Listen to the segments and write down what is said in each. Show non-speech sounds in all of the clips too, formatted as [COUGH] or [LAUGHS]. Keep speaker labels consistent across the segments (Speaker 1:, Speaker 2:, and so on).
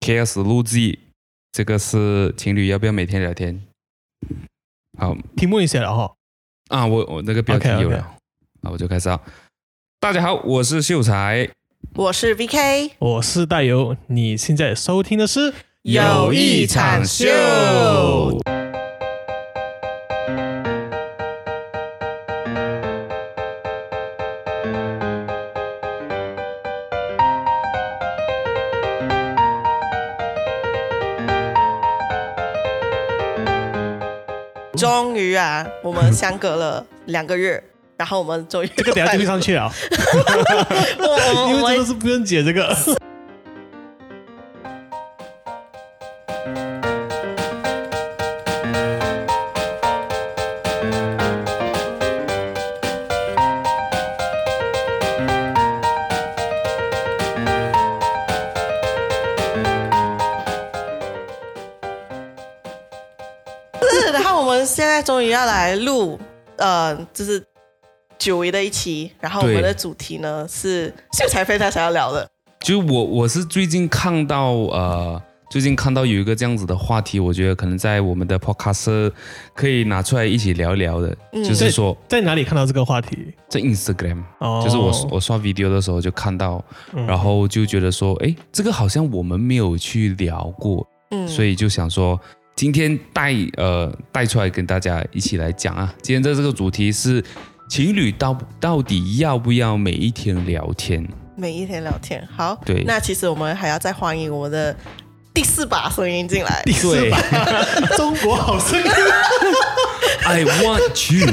Speaker 1: KS Luz，这个是情侣要不要每天聊天？好
Speaker 2: 题目你写了哈，
Speaker 1: 啊，我我那个标题
Speaker 2: OK，OK
Speaker 1: 有了啊，我就开始啊。大家好，我是秀才，
Speaker 3: 我是 VK，
Speaker 2: 我是大游，你现在收听的是
Speaker 3: 有一场秀终于啊，我们相隔了两个月，然后我们终于
Speaker 2: [LAUGHS] 这个等下就会上去了，
Speaker 3: [LAUGHS] 我
Speaker 2: [LAUGHS]
Speaker 3: 我
Speaker 2: 因为
Speaker 3: 哦我
Speaker 2: 真的
Speaker 3: 们
Speaker 2: 是不用解这个。
Speaker 3: 是，然后我们现在终于要来录，呃，就是久违的一期，然后我们
Speaker 1: 对
Speaker 3: 的主题呢是秀才 [LAUGHS] 非常想要聊的，
Speaker 1: 就我我是最近看到呃，最近看到有一个这样子的话题，我觉得可能在我们的 podcast 可以拿出来一起聊一聊的，
Speaker 3: 嗯
Speaker 1: 就是说
Speaker 2: 在哪里看到这个话题？
Speaker 1: 在 Instagram，、
Speaker 2: 哦，
Speaker 1: 就是我我刷 video 的时候就看到，
Speaker 2: 嗯
Speaker 1: 然后就觉得说，哎，这个好像我们没有去聊过，
Speaker 3: 嗯，
Speaker 1: 所以就想说今天带呃带出来跟大家一起来讲啊。今天的这个主题是情侣到到底要不要每一天聊天？
Speaker 3: 每一天聊天，好，
Speaker 1: 对
Speaker 3: 那其实我们还要再欢迎我们的第四把声音进来，
Speaker 2: [LAUGHS] 第四版 [LAUGHS] 中国好声音，
Speaker 1: I want you 。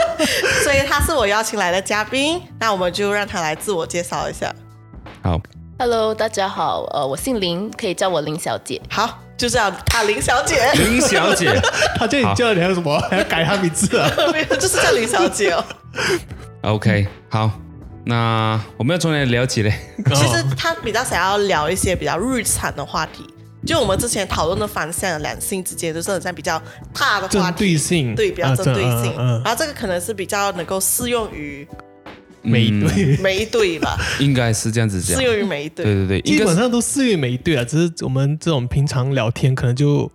Speaker 1: [LAUGHS]
Speaker 3: 所以他是我邀请来的嘉宾，那我们就让他来自我介绍一下。
Speaker 1: 好，
Speaker 4: Hello，大家好，呃，我姓林，可以叫我林小姐。
Speaker 3: 好，就这样，啊，林小姐，
Speaker 2: [LAUGHS]
Speaker 1: 林小姐。
Speaker 2: 他叫你叫你还有什
Speaker 1: [LAUGHS]
Speaker 2: 么？还要改他名字啊？
Speaker 3: 没有就是叫林小
Speaker 2: [LAUGHS]
Speaker 3: 姐哦。
Speaker 1: OK，好，那我们要从哪里聊起嘞？
Speaker 2: 哦
Speaker 3: 其实他比较想要聊一些比较日常的话题，就我们之前讨论的方向，两性之间都是很像比较大的话
Speaker 2: 针
Speaker 3: 题，
Speaker 2: 对性，
Speaker 3: 对，比较
Speaker 2: 啊
Speaker 3: 针对性。
Speaker 2: 嗯嗯嗯
Speaker 3: 然后这个可能是比较能够适用于
Speaker 1: 嗯
Speaker 2: 每一对。
Speaker 3: 每一对
Speaker 2: [LAUGHS]
Speaker 3: 吧，
Speaker 1: 应该是这样子
Speaker 3: 适
Speaker 1: 讲。
Speaker 3: 用于每一对。
Speaker 1: 对对对，应
Speaker 2: 基
Speaker 1: 该
Speaker 2: 本
Speaker 1: 是
Speaker 2: 上都适用每一对啊，只是我们这种平常聊天可能就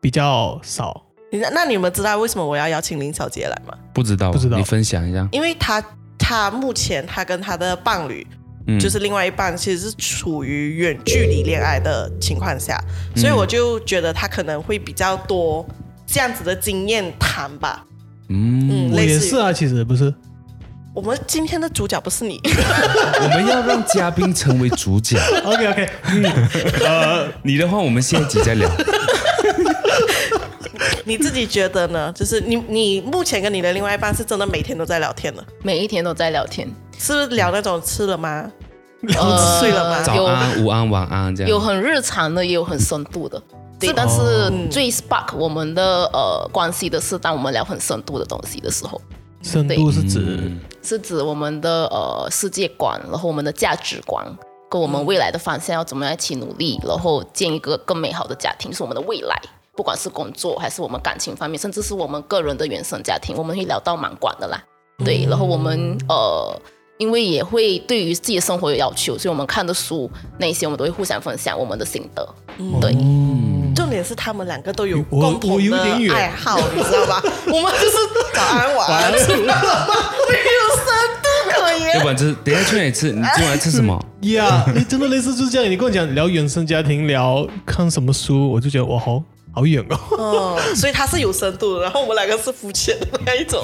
Speaker 2: 比较少。
Speaker 3: 你那你们知道为什么我要邀请林小姐来吗？
Speaker 1: 不知道，
Speaker 2: 不知道
Speaker 1: 你分享一下。
Speaker 3: 因为她她目前她跟她的伴侣
Speaker 1: 嗯，
Speaker 3: 就是另外一半其实是处于远距离恋爱的情况下，
Speaker 1: 嗯
Speaker 3: 所以我就觉得他可能会比较多这样子的经验谈吧。
Speaker 1: 嗯，
Speaker 3: 嗯
Speaker 2: 我
Speaker 3: 类似于
Speaker 2: 也是啊，其实不是，
Speaker 3: 我们今天的主角不是你，
Speaker 1: 我们要让嘉宾成为主角。
Speaker 2: OK OK，呃
Speaker 1: 你的话，我们下一集再
Speaker 3: [LAUGHS]
Speaker 1: 聊。
Speaker 3: 你自己觉得呢？就是你你目前跟你的另外一半是真的每天都在聊天的，
Speaker 4: 每一天都在聊天，
Speaker 3: 是不是聊那种吃了吗？
Speaker 4: 呃
Speaker 3: 睡了吗
Speaker 1: 早安、午安、晚安，这样。
Speaker 4: 有很日常的，也有很深度的。对，但
Speaker 2: 哦
Speaker 4: 是最 spark 我们的呃关系的是，当我们聊很深度的东西的时候，
Speaker 2: 深度是指
Speaker 1: 嗯
Speaker 4: 是指我们的呃世界观，然后我们的价值观，跟我们未来的方向要怎么样一起努力，然后建一个更美好的家庭，是我们的未来。不管是工作还是我们感情方面，甚至是我们个人的原生家庭，我们会聊到蛮广的啦。对，然后我们呃，因为也会对于自己的生活有要求，所以我们看的书那一些，我们都会互相分享我们的心得。对，
Speaker 3: 重点是他们两个都有
Speaker 2: 我
Speaker 3: 共
Speaker 2: 我
Speaker 3: 同
Speaker 2: 有
Speaker 3: 的
Speaker 2: 点远
Speaker 3: 爱好，你
Speaker 2: [LAUGHS]
Speaker 3: 知道吧？我们就是早安晚安，吃了吗？没有深度可
Speaker 1: 要
Speaker 3: 言。
Speaker 1: 不然就是等一下去哪里吃？你今晚吃什么？
Speaker 2: 呀，你真的类似就是这样。你跟我讲聊原生家庭，聊看什么书，我就觉得哇，好好远哦。
Speaker 3: 嗯，所以他是有深度的，然后我们两个是肤浅的那
Speaker 2: [LAUGHS]
Speaker 3: 一种。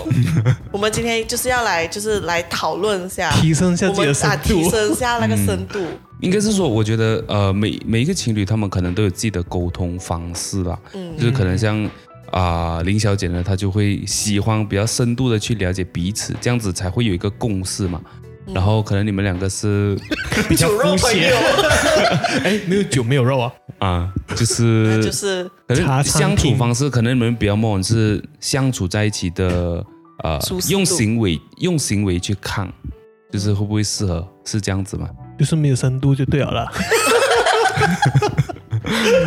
Speaker 3: 我们今天就是要来，就是来讨论一下，
Speaker 2: 提升一下自己的深度嗯
Speaker 3: 我们啊提升一下那个深度。
Speaker 1: 应该是说，我觉得呃，每每一个情侣他们可能都有自己的沟通方式啦，
Speaker 3: 嗯
Speaker 1: 就是可能像啊、林小姐呢，她就会喜欢比较深度的去了解彼此，这样子才会有一个共识嘛。
Speaker 3: 嗯
Speaker 1: 然后可能你们两个是
Speaker 2: 比较
Speaker 3: 酒肉
Speaker 2: 肤
Speaker 3: 朋
Speaker 2: 浅
Speaker 3: 友， [LAUGHS]
Speaker 2: 哎，没有酒没有肉啊，
Speaker 1: 啊，就
Speaker 2: [LAUGHS]
Speaker 3: 那
Speaker 1: 是
Speaker 3: 就是
Speaker 1: 可
Speaker 2: 茶
Speaker 1: 能
Speaker 2: 餐
Speaker 1: 相处
Speaker 2: 厅
Speaker 1: 方式，可能你们比较 more 是相处在一起的呃
Speaker 3: 舒适，度
Speaker 1: 用行为用行为去看，就是会不会适合，是这样子吗？
Speaker 2: 就是没有深度就对了啦。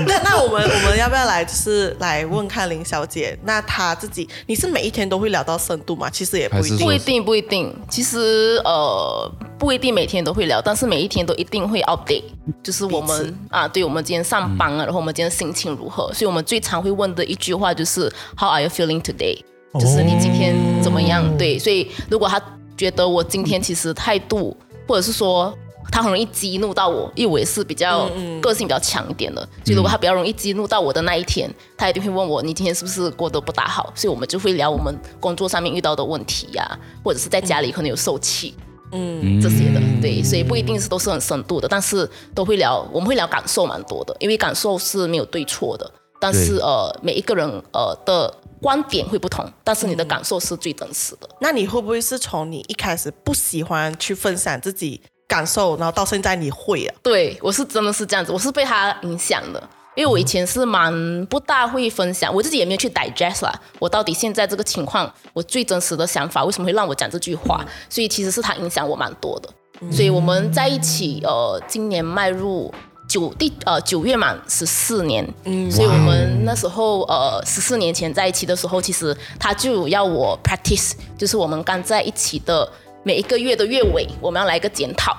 Speaker 3: 那那我们我们要不要来就是来问看林小姐，那她自己你是每一天都会聊到深度吗？其实也不一
Speaker 1: 还是
Speaker 3: 定
Speaker 1: 说
Speaker 4: 不一定，不一定。其实呃，不一定每天都会聊，但是每一天都一定会 update，就是我
Speaker 3: 彼此
Speaker 4: 们啊，对我们今天上班啊，然后我们今天心情如何。所以我们最常会问的一句话就是 How are you feeling today？就是你今天怎么样？对，所以如果他觉得我今天其实态度，或者是说。他很容易激怒到我，因为我也是比较个性比较强一点的，所以如果他比较容易激怒到我的那一天，他一定会问我你今天是不是过得不大好，所以我们就会聊我们工作上面遇到的问题呀、或者是在家里可能有受气，嗯，这些的，对，所以不一定是都是很深度的，但是都会聊，我们会聊感受蛮多的，因为感受是没有对错的，但是
Speaker 1: 对
Speaker 4: 呃，每一个人呃的观点会不同，但是你的感受是最真实的。
Speaker 3: 那你会不会是从你一开始不喜欢去分享自己感受，然后到现在你会啊了？
Speaker 4: 对我是真的是这样子，我是被他影响的。因为我以前是蛮不大会分享，我自己也没有去 digest 啦，我到底现在这个情况，我最真实的想法为什么会让我讲这句话？所以其实是他影响我蛮多的。所以我们在一起，呃，今年迈入九第呃九月满十四年，嗯，所以我们那时候呃十四年前在一起的时候，其实他就有要我 practice，就是我们刚在一起的每一个月的月尾，我们要来一个检讨，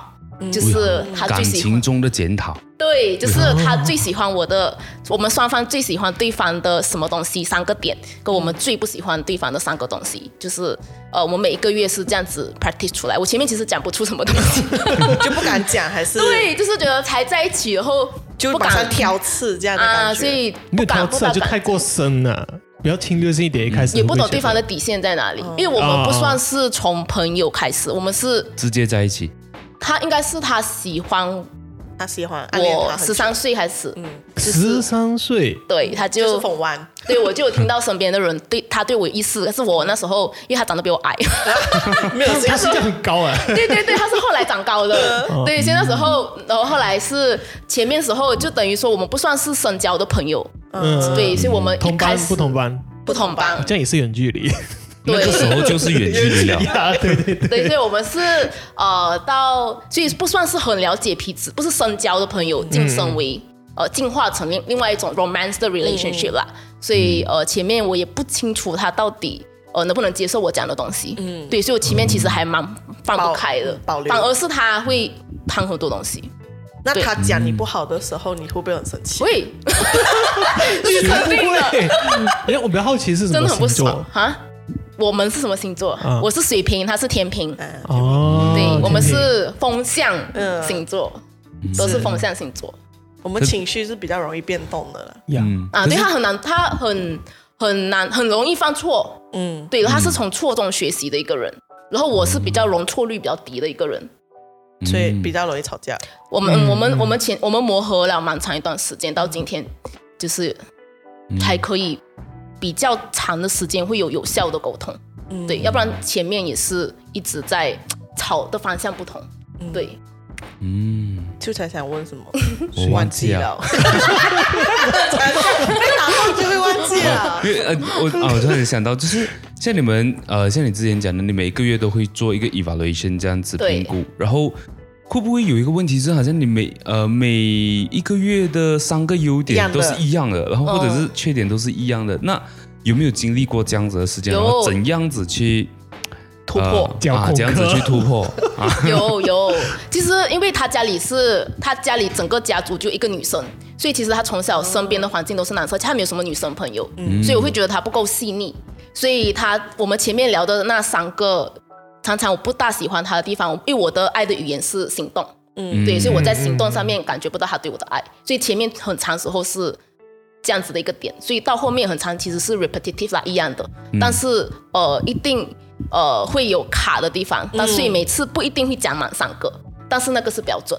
Speaker 4: 就是他
Speaker 1: 嗯感
Speaker 4: 最喜欢
Speaker 1: 情中的检讨，
Speaker 4: 对，就是他最喜欢我的，我们双方最喜欢对方的什么东西，三个点，跟我们最不喜欢对方的三个东西，就是呃，我们每一个月是这样子 practice 出来。我前面其实讲不出什么东西，
Speaker 3: 就不敢讲，还是
Speaker 4: 对，就是觉得才在一起，然后
Speaker 3: 就
Speaker 4: 不
Speaker 3: 马
Speaker 4: 敢
Speaker 3: 上挑刺这样的
Speaker 4: 啊，
Speaker 3: 感
Speaker 4: 所
Speaker 3: 觉？
Speaker 4: 以
Speaker 2: 没
Speaker 4: 不
Speaker 2: 有挑
Speaker 4: 敢不
Speaker 2: 刺啊
Speaker 4: 敢嗯
Speaker 2: 就太过深了，比较侵略性一点。一开始
Speaker 4: 也不
Speaker 2: 会
Speaker 4: 懂
Speaker 2: 觉
Speaker 4: 对
Speaker 2: 得
Speaker 4: 方的底线在哪里，因为我们不算是从朋友开始，我们是
Speaker 1: 直接在一
Speaker 4: [LAUGHS]
Speaker 1: 起，
Speaker 4: 他应该是他喜欢
Speaker 3: 他喜欢暗恋
Speaker 4: 我
Speaker 3: 他很久
Speaker 4: 十三岁开始，
Speaker 2: 十三岁，
Speaker 4: 对，他就
Speaker 3: 就是疯
Speaker 4: [LAUGHS]
Speaker 3: 玩，
Speaker 4: 对，我就有听到身边的人对他对我有意思，可是我那时候因为他长得比我矮，
Speaker 3: 没有这
Speaker 2: 他
Speaker 3: 样
Speaker 2: 身价很高
Speaker 4: [LAUGHS]
Speaker 2: 啊。
Speaker 4: 对对对，他是后来长高
Speaker 2: [LAUGHS]
Speaker 4: 的，对，所以那时候，然后后来是前面时候就等于说我们不算是深交的朋友，
Speaker 2: 嗯，
Speaker 4: 对，所以我们一
Speaker 2: 同
Speaker 4: 开
Speaker 2: 班
Speaker 4: 始
Speaker 2: 不同班，
Speaker 4: 不同班，
Speaker 2: 这样也是远距离。
Speaker 4: 对
Speaker 1: 那个时候就是远距离
Speaker 4: 啊
Speaker 1: 了。
Speaker 2: [LAUGHS] 呀，对对对，
Speaker 4: [LAUGHS] 对，所以我们是呃到，所以不算是很了解彼此，不是深交的朋友，晋升为、呃进化成另另外一种 romance 的 relationship 啦。所以呃前面我也不清楚他到底。呃，能不能接受我讲的东西？嗯，对，所以我前面其实还蛮放不开的，
Speaker 3: 保保留
Speaker 4: 反而是他会谈很多东西，
Speaker 3: 那
Speaker 4: 对
Speaker 3: 他讲你不好的时候，你会不会很生气？
Speaker 4: 喂，
Speaker 2: 绝
Speaker 4: 是肯定的，
Speaker 2: 不会。哎，我比较好奇是什
Speaker 4: 真
Speaker 2: 么
Speaker 4: 的很
Speaker 2: 星
Speaker 4: 不爽
Speaker 2: 座
Speaker 4: 啊！我们是什么星座？
Speaker 2: 嗯
Speaker 4: 我是水瓶，他是天平，
Speaker 2: 哦。
Speaker 4: 对，我们
Speaker 2: 天
Speaker 4: 是风象
Speaker 3: 嗯
Speaker 4: 星座，都是风象星座。
Speaker 3: 我们情绪是比较容易变动的了。
Speaker 2: 平呀，
Speaker 1: 嗯，
Speaker 4: 啊，对他很难，他很很难，很容易犯错。
Speaker 3: 嗯，
Speaker 4: 对，他是从错中学习的一个人。然后我是比较容错率比较低的一个人。
Speaker 1: 嗯
Speaker 3: 所以比较容易吵架。
Speaker 4: 我们、我们我们前我们磨合了蛮长一段时间，到今天就是还可以比较长的时间会有有效的沟通。对，要不然前面也是一直在吵的方向不同。对，
Speaker 1: 嗯，
Speaker 3: 就才想问什么，
Speaker 1: 我忘记了
Speaker 3: 忘记 [LAUGHS] 了，被打后就会忘记了。
Speaker 1: 因为呃，我啊，我突然想到，就是像你们呃，像你之前讲的，你每个月都会做一个 evaluation 这样子
Speaker 4: 对
Speaker 1: 评估，然后会不会有一个问题是，好像你每呃每一个月的三个优
Speaker 3: 一
Speaker 1: 点
Speaker 3: 样的
Speaker 1: 都是一样的，然后或者是缺点都是一样的，那有没有经历过这样子的时间，然后
Speaker 4: 有
Speaker 1: 怎样子去
Speaker 3: 突破
Speaker 1: 呃
Speaker 2: 教
Speaker 1: 啊，
Speaker 2: 功
Speaker 1: 这样子
Speaker 2: 课
Speaker 1: 去突破啊？
Speaker 4: [LAUGHS] 有有，其实因为他家里是他家里整个家族就一个女生，所以其实他从小身边的环境都是男生，而且他没有什么女生朋友，所以我会觉得他不够细腻。所以他我们前面聊的那三个，常常我不大喜欢他的地方，因为我的爱的语言是行动，嗯，对，所以我在行动上面感觉不到他对我的爱，所以前面很长时候是这样子的一个点，所以到后面很长其实是 repetitive 啦一样的，但是呃一定呃会有卡的地方，但所以每次不一定会讲满三个，但是那个是标准，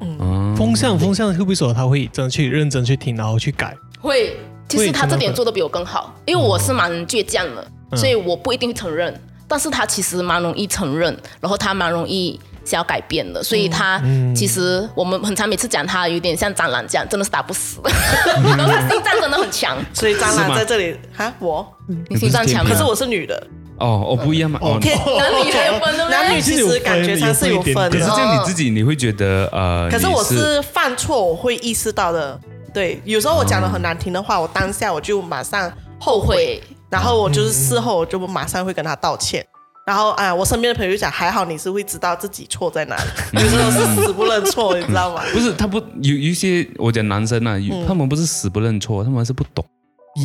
Speaker 1: 嗯
Speaker 2: 风向风向会不会说他会真的去认真去听，然后去改？
Speaker 4: 会。其实
Speaker 2: 会
Speaker 4: 他
Speaker 2: 真的
Speaker 4: 这点
Speaker 2: 会
Speaker 4: 做的比我更好，因为我是蛮倔强的，
Speaker 2: 嗯
Speaker 4: 所以我不一定会承认，但是他其实蛮容易承认，然后他蛮容易想要改变的，所以他其实我们很常每次讲他有点像蟑螂这样，真的是打不死，然后他心脏真的很强，
Speaker 3: 所以蟑
Speaker 1: 是吗
Speaker 3: 螂在这里哈，我
Speaker 4: 你心脏强吗
Speaker 3: 可是我是女
Speaker 1: [LAUGHS]
Speaker 3: 的，
Speaker 1: 哦哦，不一样嘛哦。
Speaker 3: 天，
Speaker 4: 男
Speaker 3: [LAUGHS]
Speaker 4: 女还有分的吗？
Speaker 3: 男女其实感觉上是有分
Speaker 1: 可是
Speaker 3: 的。
Speaker 1: 这样你自己你会觉得呃，
Speaker 3: 可是
Speaker 1: 你
Speaker 3: 我是犯错，我会意识到的。对，有时候我讲的很难听的话，我当下我就马上后
Speaker 4: 后
Speaker 3: 悔，
Speaker 4: 悔。
Speaker 3: 然后我就是事后我就马上会跟他道歉。然后啊、我身边的朋友就讲，还好你是会知道自己错在哪里，有时候是死不认错，你知道吗？
Speaker 1: 不是他不有有一些我讲男生啊，
Speaker 3: 嗯
Speaker 1: 有他们不是死不认错，他们是不懂，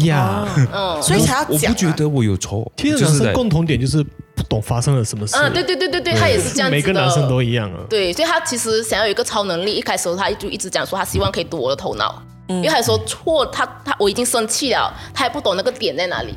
Speaker 2: 呀。
Speaker 4: 嗯，
Speaker 3: 哦所以才要
Speaker 1: 我
Speaker 3: 讲、
Speaker 1: 不
Speaker 3: 啊。
Speaker 1: 觉得我有错，
Speaker 2: 其实
Speaker 1: 就
Speaker 2: 男
Speaker 1: 是在
Speaker 2: 生共同点啊就是不懂发生了什么事。
Speaker 4: 嗯，对对对对对，他也是这样子的。
Speaker 2: 每个男生都一
Speaker 1: 嗯
Speaker 2: 样啊。
Speaker 4: 对，所以他其实想要有一个超能力，一开始他就一直讲说他希望可以读我的头脑，
Speaker 3: 嗯
Speaker 4: 因为他说错，他他我已经生气了，他还不懂那个点在哪里。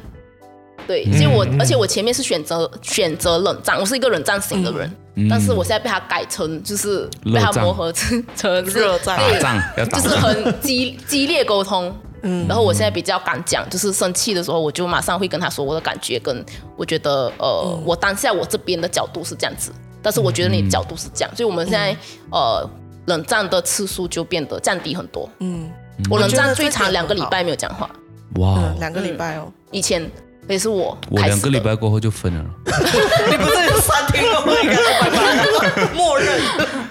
Speaker 4: 对，
Speaker 1: 嗯
Speaker 4: 所以我、而且我前面是选择选择冷战，我是一个冷战型的人，但是我现在被他改成就是被
Speaker 1: 嗯
Speaker 4: 他
Speaker 1: 热战
Speaker 4: 磨合成 [LAUGHS] 成是
Speaker 3: 热战
Speaker 1: 打
Speaker 4: 对
Speaker 1: 仗要打
Speaker 4: 就是
Speaker 1: 仗，
Speaker 4: 很激激烈沟通。嗯，然后我现在比较敢讲，就是生气的时候，我就马上会跟他说我的感觉，跟我觉得呃，
Speaker 3: 嗯
Speaker 4: 我当下我这边的角度是这样子，但是我觉得你角度是这样，所以我们
Speaker 3: 嗯
Speaker 4: 现在、呃冷战的次数就变得降低很多。
Speaker 3: 嗯，
Speaker 4: 我冷
Speaker 3: 我觉
Speaker 4: 战
Speaker 3: 得
Speaker 4: 最
Speaker 3: 这
Speaker 4: 长
Speaker 3: 个
Speaker 4: 两个礼拜没有讲话，
Speaker 1: 哇
Speaker 3: 嗯，
Speaker 1: 哦，
Speaker 3: 两个礼拜哦，
Speaker 4: 以前也是我
Speaker 1: 我
Speaker 4: 开始
Speaker 1: 两个礼
Speaker 4: 的
Speaker 1: 拜过后就分了 [LAUGHS]
Speaker 3: 你不是有三天后应该拜拜了，默认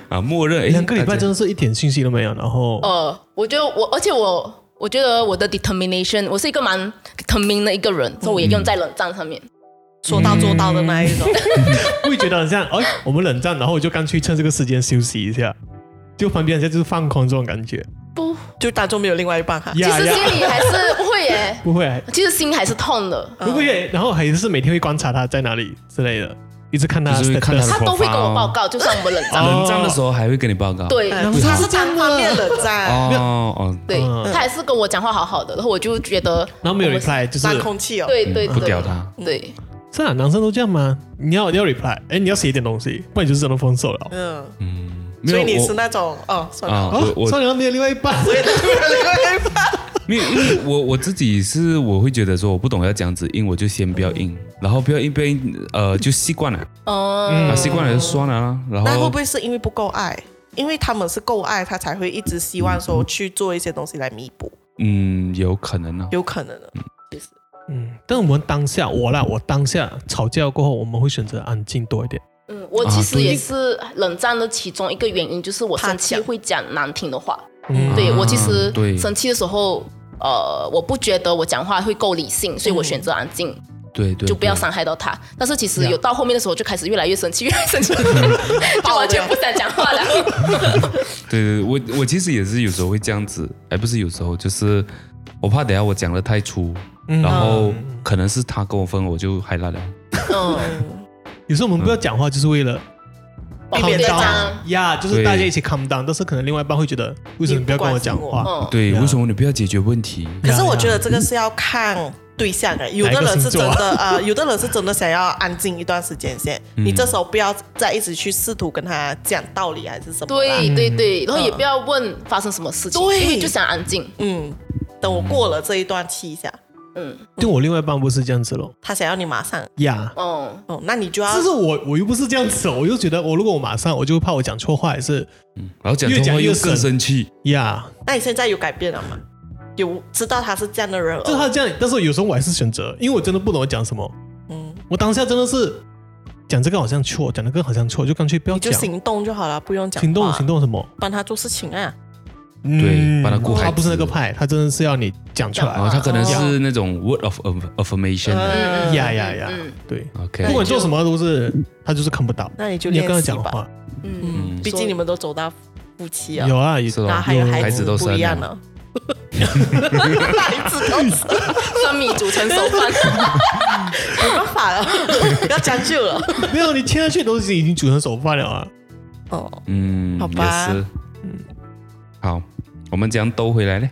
Speaker 1: 啊，默认哎
Speaker 2: 两个礼拜
Speaker 1: 大家
Speaker 2: 真的是一点信息都没有，然后
Speaker 4: 呃，我觉得我，而且我，我觉得我的 determination，我是一个蛮 determined 的一个人，所以我也
Speaker 3: 嗯
Speaker 4: 用在冷战上面。
Speaker 3: 说到做到的那一种。
Speaker 2: 会觉得很像，哎，我们冷战，然后我就干脆趁这个时间休息一下，就旁边人家就是放空这种感觉。
Speaker 4: 不，
Speaker 3: 就当中没有另外一半哈。
Speaker 4: 其
Speaker 2: 呀
Speaker 4: 实
Speaker 2: 呀
Speaker 4: 心里还是不会耶，
Speaker 2: 不会啊，
Speaker 4: 其实心还是
Speaker 1: [LAUGHS]
Speaker 4: 痛的。
Speaker 2: 不会，
Speaker 4: 哦
Speaker 2: 然后还是每天会观察他在哪里之类的，一直看他
Speaker 1: 就
Speaker 2: status，
Speaker 1: 是会看他的
Speaker 4: 他都会跟我
Speaker 1: 哦
Speaker 4: 报告，就算我们
Speaker 1: [LAUGHS]
Speaker 4: 冷战，
Speaker 2: 哦
Speaker 1: 冷战的时候还会跟你报告，
Speaker 4: 对
Speaker 3: 哎他是
Speaker 2: 啊
Speaker 3: 单方面冷战，
Speaker 1: 哦哦，
Speaker 4: 对
Speaker 2: 嗯，
Speaker 4: 他还是跟我讲话好好的，然后我就觉得
Speaker 2: 然后没有
Speaker 4: 我们
Speaker 2: reply，就是
Speaker 3: 当空气哦。
Speaker 4: 对对对，
Speaker 1: 不屌他，
Speaker 4: 对，
Speaker 2: 是啊，男生都这样吗？你要你要 reply，哎，你要写一点东西，不然你就是真的分手了。
Speaker 3: 嗯，
Speaker 1: 嗯，没
Speaker 3: 所以
Speaker 1: 有
Speaker 3: 你是
Speaker 1: 我
Speaker 3: 那种哦，算了，
Speaker 1: 啊，
Speaker 2: 哦
Speaker 1: 我，我
Speaker 2: 算了，没有另外一半，
Speaker 3: 所以当中没有另外一
Speaker 2: 哦
Speaker 3: 半。
Speaker 1: 没有，因为我我自己是我会觉得说我不懂要这样子硬，我就先不要硬，
Speaker 2: 嗯
Speaker 1: 然后不要硬不要硬，呃，就习惯了，
Speaker 4: 嗯，
Speaker 1: 啊，习惯了就算了啦，然
Speaker 3: 那会不
Speaker 1: 后
Speaker 3: 会是因为不够爱？因为他们是够爱，他才会一直希望说去做一些东西来弥补，
Speaker 1: 嗯，有可能啊，
Speaker 3: 有可能的。
Speaker 2: 嗯，但我们当下我啦，我当下吵架过后，我们会选择安静多一点。
Speaker 4: 嗯，我
Speaker 1: 啊
Speaker 4: 其实也是冷战的其中一个原因，就是我生气
Speaker 3: 怕讲
Speaker 4: 会讲难听的话。
Speaker 2: 嗯，
Speaker 4: 对我其
Speaker 1: 啊对
Speaker 4: 实生气的时候，呃，我不觉得我讲话会够理性，所以我选择安静，
Speaker 1: 对嗯对，
Speaker 4: 就不要
Speaker 1: 对
Speaker 4: 伤害到他。但是其实
Speaker 2: Yeah
Speaker 4: 有到后面的时候，就开始越来越生气，越来越生气，就完全不想讲话了。
Speaker 1: 对对，对我我其实也是有时候会这样子，哎，不是有时候，就是我怕等下我讲的太粗，
Speaker 2: 嗯
Speaker 1: 然后可能是他跟我分，我就嗨了了。
Speaker 4: 嗯，
Speaker 2: 有时候我们不要讲话，就是为了
Speaker 4: 避
Speaker 2: calm down
Speaker 4: 免对
Speaker 3: 抗
Speaker 4: 方，
Speaker 2: 呀就是
Speaker 1: 对
Speaker 2: 大家一起 calm down，但是可能另外一半会觉得，为什么你不要跟我讲
Speaker 3: 你不关
Speaker 2: 话？
Speaker 4: 嗯，
Speaker 1: 对，
Speaker 2: Yeah
Speaker 1: 为什么你不要解决问题？
Speaker 3: 可是我觉得这个是要看对象的，有的人是真
Speaker 2: 哪一个星座啊嗯
Speaker 3: 的呃，有的人是真的想要安静一段时间先，你这时候不要再一直去试图跟他讲道理还是什么。
Speaker 4: 对，对对，然后也不要问发生什么事情，
Speaker 3: 嗯对
Speaker 4: 因为就想安静。
Speaker 3: 嗯，等我过了这一段期一下，
Speaker 4: 嗯，
Speaker 2: 对我另外一半不是这样子咯，
Speaker 3: 他想要你马上，
Speaker 2: 呀、
Speaker 4: 哦，
Speaker 3: 哦，那你就要
Speaker 2: 但是我我又不是这样子哦，我又觉得我如果我马上，我就怕我讲错话，也是
Speaker 1: 然后讲
Speaker 2: 越
Speaker 1: 这
Speaker 2: 讲
Speaker 1: 话
Speaker 2: 越
Speaker 1: 又更
Speaker 2: 深
Speaker 1: 生气，
Speaker 2: 呀。
Speaker 3: 那你现在有改变了吗？有知道他是这样的人，哦
Speaker 2: 就是他这样，但是有时候我还是选择，因为我真的不懂我讲什么，
Speaker 3: 嗯，
Speaker 2: 我当下真的是讲这个好像错，讲那个好像错，就干脆不要
Speaker 3: 你就
Speaker 2: 讲，
Speaker 3: 行动就好了，不用讲话
Speaker 2: 行动行，动什么？嗯
Speaker 3: 帮他做事情啊。
Speaker 1: 对帮他顾孩子
Speaker 2: 他不是那个派，他真的是要你讲出来
Speaker 4: 讲
Speaker 1: 然后
Speaker 4: 话
Speaker 1: 啊他可能
Speaker 3: 哦
Speaker 1: 是那种 word of aff- affirmation
Speaker 3: 呃
Speaker 1: 的。
Speaker 4: 嗯
Speaker 2: 呀呀呀
Speaker 4: 嗯，
Speaker 2: 对，
Speaker 1: OK，
Speaker 2: 不管做什么都是他就是看不到，
Speaker 3: 那你就
Speaker 2: 你要
Speaker 3: 练
Speaker 2: 跟他
Speaker 3: 习
Speaker 2: 讲
Speaker 3: 吧。
Speaker 2: 话，
Speaker 4: 嗯，
Speaker 3: 毕竟你们都走到夫妻啊，
Speaker 2: 有啊，有
Speaker 1: 是咯
Speaker 3: 然后还有
Speaker 1: 孩
Speaker 3: 孩
Speaker 1: 子
Speaker 3: 子
Speaker 1: 都
Speaker 3: 不
Speaker 1: 生
Speaker 3: 一样
Speaker 1: 了，
Speaker 2: [LAUGHS]
Speaker 3: 了。孩子都生了
Speaker 4: 生米煮成
Speaker 3: [LAUGHS]
Speaker 4: 熟饭，
Speaker 3: 没办法
Speaker 2: [LAUGHS]
Speaker 3: 了，要将就了。
Speaker 2: 没有你签下去的东西已经煮成手饭了啊。
Speaker 3: 哦，
Speaker 1: 嗯，
Speaker 3: 好吧嗯
Speaker 1: 也是，好，我们讲兜回来嘞，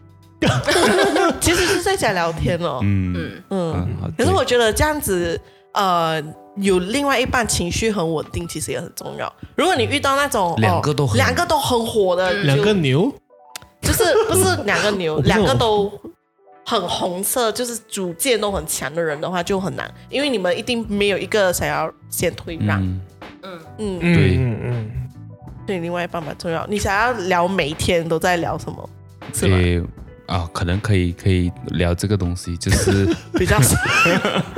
Speaker 3: 其实是在讲聊天哦。
Speaker 1: 嗯
Speaker 3: 嗯，
Speaker 1: 嗯，好
Speaker 3: 可是我觉得这样子，呃，有另外一半情绪很稳定，其实也很重要。如果你遇到那种
Speaker 1: 两个都
Speaker 3: 哦
Speaker 1: 很
Speaker 3: 两个都很火的，就
Speaker 2: 两个牛，
Speaker 3: 就是不是两个牛，
Speaker 2: 我不知道
Speaker 3: 两个都很红色，就是主见都很强的人的话就很难，因为你们一定没有一个想要先退让。
Speaker 1: 嗯，
Speaker 3: 嗯，
Speaker 1: 对
Speaker 2: 嗯嗯，
Speaker 3: 对，另外一半蛮重要。你想要聊每一天都在聊什么？是吧？
Speaker 1: 对啊，可能可以可以聊这个东西，就是
Speaker 3: 比较少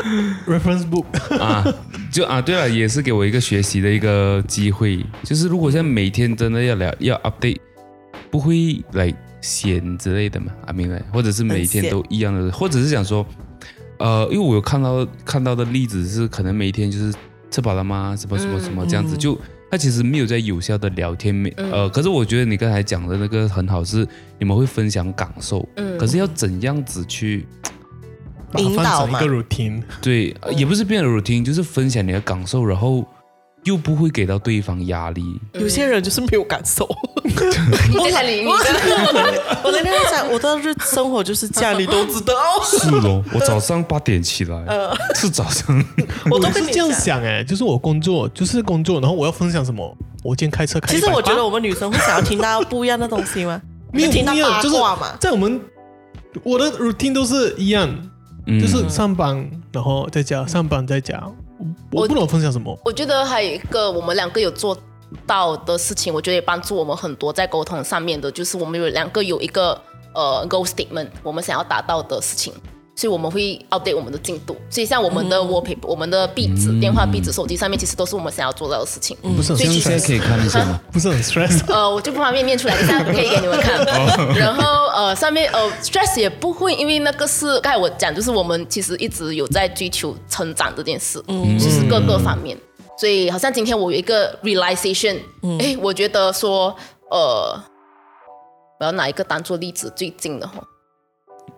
Speaker 2: 嗯 reference book，
Speaker 1: 啊，就啊，对了，也是给我一个学习的一个机会，就是如果现在每天真的要聊要 update，不会来险之类的嘛，啊，明白？或者是每一天都一样的，或者是想说，呃，因为我有看到看到的例子是，可能每一天就是吃饱了吗？什么什么什么这样子，就他其实没有在有效的聊天，没呃，可是我觉得你刚才讲的那个很好，是你们会分享感受，
Speaker 4: 嗯
Speaker 1: 可是要怎样子去
Speaker 2: 把它放成
Speaker 3: 引导嘛
Speaker 2: 一个 routine，
Speaker 1: 对，呃也不是变得 routine，就是分享你的感受，然后又不会给到对方压力，
Speaker 3: [LAUGHS] 有些人就是没有感受。
Speaker 4: 你在那里，你在那里
Speaker 3: 我那天在想，我的日生活就是这样，你都知道。
Speaker 1: 是哦，我早上八点起来，是早上，
Speaker 3: 我都
Speaker 2: 我
Speaker 3: 跟
Speaker 2: 是
Speaker 3: 你
Speaker 2: 这样
Speaker 3: 讲。
Speaker 2: 想哎，就是我工作就是工作，然后我要分享什么？我今天开车开
Speaker 3: 其实
Speaker 2: 180
Speaker 3: 我觉得我们女生会想要听到不一样的东西吗？
Speaker 2: 没有
Speaker 3: 就听到
Speaker 2: 没有
Speaker 3: 八
Speaker 2: 就是
Speaker 3: 卦嘛。
Speaker 2: 在我们我的 routine 都是一样，
Speaker 1: 嗯
Speaker 2: 就是上班然后在家，上班在家，我我不懂分享什么。
Speaker 4: [LAUGHS] 我觉得还有一个我们两个有做到的事情，我觉得也帮助我们很多在沟通上面的，就是我们有两个有一个呃 goal statement，我们想要达到的事情。所以我们会 update 我们的进度，所以像我们
Speaker 3: 嗯
Speaker 4: 的 wallpaper、我们的壁
Speaker 2: 嗯
Speaker 4: 纸、电话壁纸、手机上面，其实都是我们想要做到的事情。
Speaker 3: 嗯
Speaker 2: 不是很
Speaker 1: 这样现在可
Speaker 2: stress，
Speaker 1: 以看一下
Speaker 2: [LAUGHS]
Speaker 1: 吗？
Speaker 2: 不是很
Speaker 1: [LAUGHS]
Speaker 2: stress。
Speaker 4: 呃，我就不方便念出来，等一下可以给你们看。 [LAUGHS] 然后呃，上面呃，stress 也不会，因为那个是刚才我讲，就是我们其实一直有在追求成长这件事，嗯，就是各个方面。所以好像今天我有一个 realization，哎、我觉得说呃，我要拿一个当做例子最近的哈。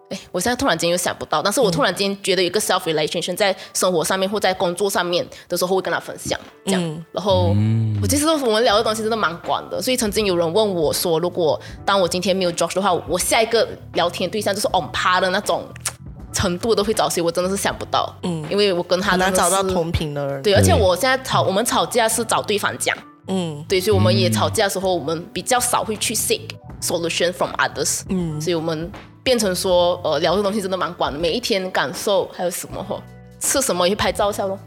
Speaker 4: 哎，我现在突然间又想不到，但是我突然间觉得有一个 self relationship 在生活上面或在工作上面的时候会跟他分享，这样。
Speaker 3: 嗯
Speaker 4: 然后、我其实我们聊的东西真的蛮广的，所以曾经有人问我说，如果当我今天没有 Josh 的话，我下一个聊天对象就是 on 趴的那种程度都会找谁，我真的是想不到，嗯，因为我跟他
Speaker 3: 很难
Speaker 4: 真的
Speaker 3: 找
Speaker 4: 是
Speaker 3: 到同频的人。
Speaker 4: 对，而且我现在吵，我们吵架是找对方讲，
Speaker 3: 嗯，
Speaker 4: 对，所以我们也吵架的时候，我们比较少会去 seek solution from others，嗯，所以我们变成说，呃，聊的东西真的蛮广的，每一天感受还有什么吼，吃什么也拍照一下咯，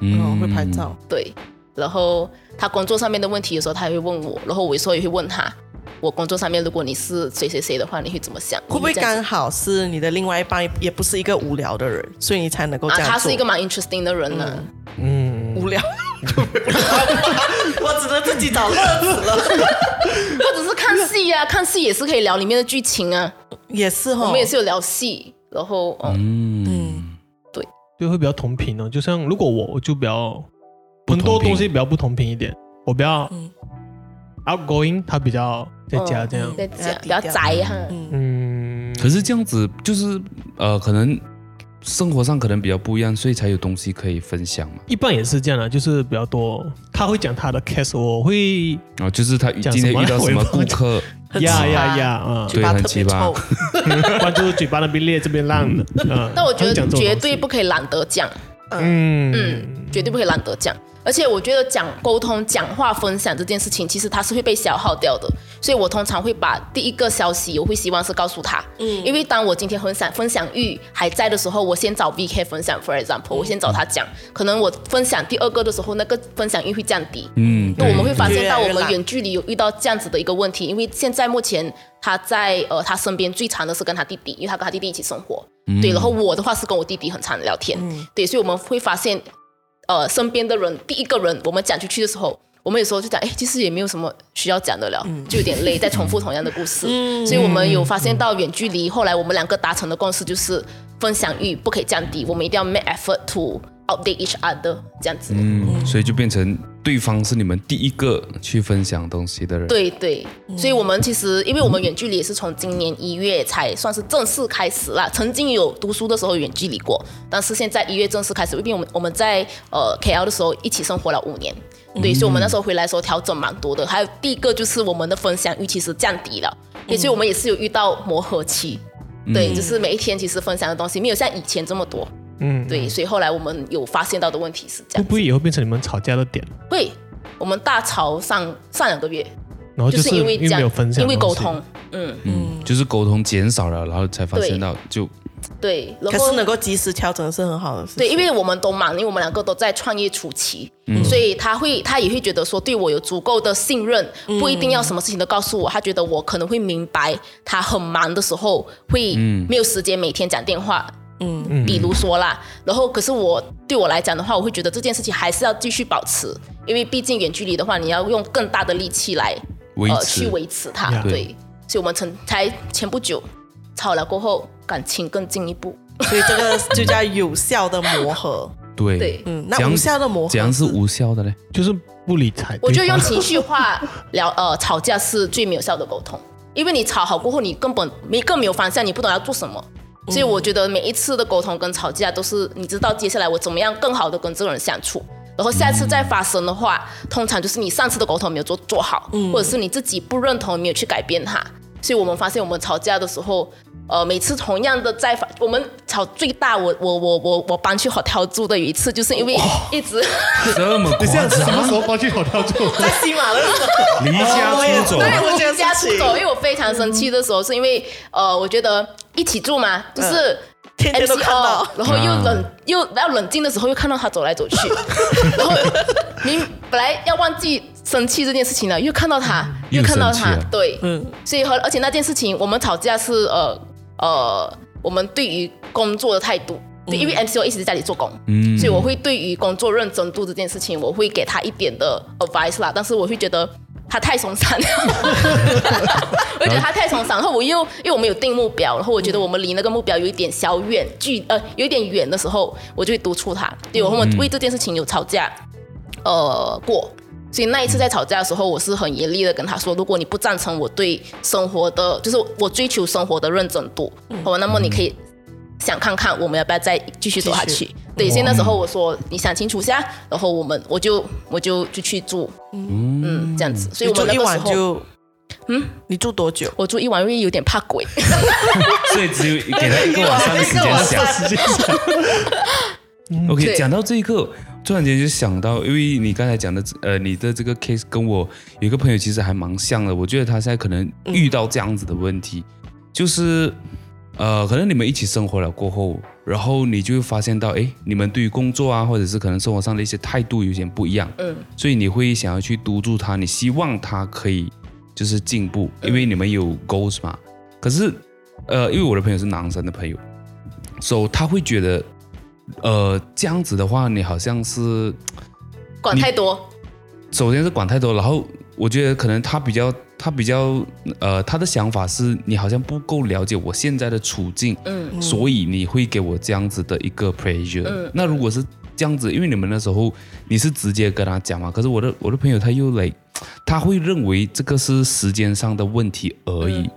Speaker 3: 嗯，会拍照。
Speaker 4: 对，然后他工作上面的问题，有时候他也会问我，然后我有时候也会问他，我工作上面如果你是谁谁谁的话，你会怎么想？
Speaker 3: 会不会
Speaker 4: 你这样
Speaker 3: 刚
Speaker 4: 子
Speaker 3: 好是你的另外一半也不是一个无聊的人，所以你才能够这
Speaker 4: 啊？
Speaker 3: 样
Speaker 4: 他
Speaker 3: 做
Speaker 4: 是一个蛮 interesting 的人呢、
Speaker 2: 嗯，
Speaker 3: 无聊。我只能自己找乐子了。
Speaker 4: 或者是看戏啊，看戏也是可以聊里面的剧情啊，
Speaker 3: [LAUGHS] 也是哦哈，
Speaker 4: 我们也是有聊戏，然后嗯，
Speaker 1: 嗯，
Speaker 2: 就会比较同频哦。就像如果我，我就比较很多东西比较不同频一点，我比较
Speaker 3: 嗯
Speaker 2: outgoing，他比较在家这
Speaker 3: 哦
Speaker 2: 样。
Speaker 4: 嗯在家比
Speaker 3: 比
Speaker 4: 较
Speaker 3: 较
Speaker 4: 宅啊哈、
Speaker 3: 嗯，
Speaker 2: 嗯，
Speaker 1: 可是这样子就是呃，可能生活上可能比较不一样，所以才有东西可以分享嘛。
Speaker 2: 一般也是这样的，啊就是比较多，他会讲他的 case，我会
Speaker 1: 啊，就是他今
Speaker 2: 讲什
Speaker 1: 天
Speaker 2: 么
Speaker 1: 遇到什么顾客，
Speaker 3: 很奇
Speaker 2: 呀
Speaker 3: 葩
Speaker 2: 呀呀啊，
Speaker 3: 嘴巴
Speaker 1: 对很
Speaker 3: 特
Speaker 1: 奇
Speaker 3: 别
Speaker 1: 葩
Speaker 2: [LAUGHS]
Speaker 3: 臭。
Speaker 2: 关注嘴巴那边裂这边烂
Speaker 4: [LAUGHS]
Speaker 2: 的。嗯，
Speaker 4: 但我觉
Speaker 2: 他会
Speaker 4: 得
Speaker 2: 讲这种东
Speaker 4: 绝
Speaker 2: 西
Speaker 4: 对，不可以懒得讲，
Speaker 2: 嗯
Speaker 4: 嗯，绝对不可以懒得讲。而且我觉得讲沟通、讲话、分享这件事情，其实它是会被消耗掉的。所以我通常会把第一个消息，我会希望是告诉他，嗯，因为当我今天很想分享欲还在的时候，我先找 VK 分享，for example，我先找他讲。可能我分享第二个的时候，那个分享欲会降低，
Speaker 1: 嗯，
Speaker 4: 那
Speaker 1: 对
Speaker 4: 我们会发现到我
Speaker 3: 越来越
Speaker 4: 们
Speaker 3: 懒
Speaker 4: 远距离有遇到这样子的一个问题，因为现在目前他在呃他身边最长的是跟他弟弟，因为他跟他弟弟一起生活，
Speaker 1: 嗯
Speaker 4: 对，然后我的话是跟我弟弟很常聊天，
Speaker 3: 嗯
Speaker 4: 对，所以我们会发现，呃，身边的人第一个人我们讲出去的时候。我们有时候就讲，哎，其实也没有什么需要讲的了，
Speaker 3: 嗯
Speaker 4: 就有点累，再重复同样的故
Speaker 3: [LAUGHS]
Speaker 4: 事。所以我们有发现到远距离，后来我们两个达成的共识就是，分享欲不可以降低，我们一定要 make effort to update each other，这样子。
Speaker 1: 嗯，所以就变成对方是你们第一个去分享东西的人。
Speaker 4: 对对，所以我们其实，因为我们远距离也是从今年一月才算是正式开始啦。曾经有读书的时候远距离过，但是现在一月正式开始，因为我们我们在呃 KL 的时候一起生活了五年，对，
Speaker 2: 嗯
Speaker 4: 所以我们那时候回来的时候调整蛮多的。还有第一个就是我们的分享欲其实降低了，
Speaker 2: 嗯
Speaker 4: 也所以我们也是有遇到磨合期。对，就是每一天其实分享的东西没有像以前这么多，
Speaker 2: 嗯，
Speaker 4: 对，所以后来我们有发现到的问题是这
Speaker 2: 会
Speaker 4: 样，
Speaker 2: 不会也会变成你们吵架的点？
Speaker 4: 会我们大吵上上两个月，
Speaker 2: 然后
Speaker 4: 就是因为
Speaker 2: 哦因
Speaker 4: 这样
Speaker 2: 没有分享，
Speaker 4: 因为沟通，，嗯，
Speaker 1: 嗯，就是沟通减少了，然后才发现
Speaker 4: 对
Speaker 1: 到就
Speaker 4: 对，然
Speaker 3: 可
Speaker 4: 后
Speaker 3: 是能够及时调整是很好的事情。
Speaker 4: 对，因为我们都忙，因为我们两个都在创业初期，所以他会他也会觉得说对我有足够的信任，不一定要什么事情都告诉我，他觉得我可能会明白他很忙的时候会没有时间每天讲电话。嗯，比如说啦，然后可是我对我来讲的话，我会觉得这件事情还是要继续保持，因为毕竟远距离的话，你要用更大的力气来
Speaker 1: 维
Speaker 4: 呃
Speaker 1: 持
Speaker 4: 去维持它。
Speaker 2: Yeah
Speaker 4: 对，所以我们曾才前不久吵了过后，感情更进一步。
Speaker 3: 所以这个就叫有效的磨合。
Speaker 1: 对
Speaker 4: 对
Speaker 3: 嗯，那
Speaker 1: 怎样
Speaker 3: 无效的磨合
Speaker 1: 怎样是无效的嘞？
Speaker 2: 就是不理睬对方。
Speaker 4: 我觉得用情绪化聊呃吵架是最没有效的沟通，因为你吵好过后，你根本没更没有方向，你不懂要做什么。
Speaker 2: 嗯
Speaker 4: 所以我觉得每一次的沟通跟吵架都是你知道接下来我怎么样更好的跟这个人相处，然后下次再发生的话，通常就是你上次的沟通没有做做好，
Speaker 2: 嗯
Speaker 4: 或者是你自己不认同，没有去改变它。所以我们发现我们吵架的时候，呃，每次同样的在发我们吵最大，我我我我我搬去 hotel 住的有一次，就是因为一直、
Speaker 1: 这
Speaker 4: [LAUGHS]
Speaker 1: 么
Speaker 2: [LAUGHS]
Speaker 1: 夸
Speaker 2: 你现在什
Speaker 1: 张？
Speaker 2: 么时候搬去 hotel 住？
Speaker 3: 在西马的时候，
Speaker 1: 离家出走，
Speaker 3: 对
Speaker 4: 对，
Speaker 3: 我
Speaker 4: 哦我
Speaker 3: 觉得
Speaker 4: 离家
Speaker 3: 是
Speaker 4: 出
Speaker 3: 情
Speaker 4: 走，因为我非常生气的时候，是因为呃，我觉得一起住嘛，就是
Speaker 3: 天嗯天都看
Speaker 4: MCO，
Speaker 3: 到，
Speaker 4: 然后又
Speaker 1: 啊
Speaker 3: 嗯
Speaker 4: 冷又要冷静的时候，又看到他走来走
Speaker 3: [LAUGHS]
Speaker 4: 去，然后你本来要忘记生气这件事情了，又看到他，
Speaker 1: 又
Speaker 4: 又看到
Speaker 1: 生
Speaker 4: 他
Speaker 1: 气了，
Speaker 4: 对，
Speaker 3: 嗯
Speaker 4: 所以和而且那件事情，我们吵架是呃呃，我们对于工作的态度。
Speaker 3: 嗯
Speaker 4: 对，因为 MCO 一直在家里做工，
Speaker 1: 嗯
Speaker 4: 所以我会对于工作认真度这件事情，我会给他一点的 advice 啦，但是我会觉得他太松散了， [LAUGHS] 我就觉得他太松散，然后我又因为我们有定目标，然后我觉得我们离那个目标有一点小远距，呃，有一点远的时候，我就会督促他，对我们为这件事情有吵架，呃过。所以那一次在吵架的时候，我是很严厉的跟他说，如果你不赞成我对生活的，就是我追求生活的认真度，
Speaker 3: 嗯
Speaker 4: 好吧，那么你可以想看看我们要不要再继续走下
Speaker 3: 继
Speaker 4: 去。对，所以那时候我说你想清楚一下，然后我们我就我就就去住，嗯，这样子。所以
Speaker 3: 你
Speaker 4: 我
Speaker 3: 住
Speaker 4: 们
Speaker 3: 一
Speaker 4: 那个时
Speaker 3: 晚
Speaker 4: 候
Speaker 3: 就，嗯，你住多
Speaker 4: [LAUGHS]
Speaker 3: 久？
Speaker 4: 我住一晚，因为有点怕鬼， [LAUGHS]
Speaker 1: 所以只有给他一个晚上的时
Speaker 3: 一个
Speaker 1: 间
Speaker 3: 晚
Speaker 1: 想。
Speaker 3: 上
Speaker 2: 时间上
Speaker 4: [LAUGHS]
Speaker 1: OK，
Speaker 4: 嗯对
Speaker 1: 讲到这一个，突然间就想到，因为你刚才讲的，呃，你的这个 case 跟我有一个朋友其实还蛮像的，我觉得他现在可能遇到这样子的问题，就是呃，可能你们一起生活了过后，然后你就会发现到，哎，你们对于工作啊，或者是可能生活上的一些态度有点不一样，
Speaker 4: 嗯，
Speaker 1: 所以你会想要去督促他，你希望他可以就是进步，
Speaker 4: 嗯
Speaker 1: 因为你们有 goals 嘛。可是，呃，因为我的朋友是男生的朋友，所、以他会觉得，呃，这样子的话，你好像是
Speaker 4: 管太多，
Speaker 1: 首先是管太多，然后我觉得可能他比较，他比较，呃，他的想法是你好像不够了解我现在的处境，
Speaker 4: 嗯
Speaker 1: 所以你会给我这样子的一个 pressure。
Speaker 4: 嗯
Speaker 1: 那如果是这样子，因为你们那时候你是直接跟他讲嘛，可是我的我的朋友他又来，他会认为这个是时间上的问题而已。
Speaker 4: 嗯。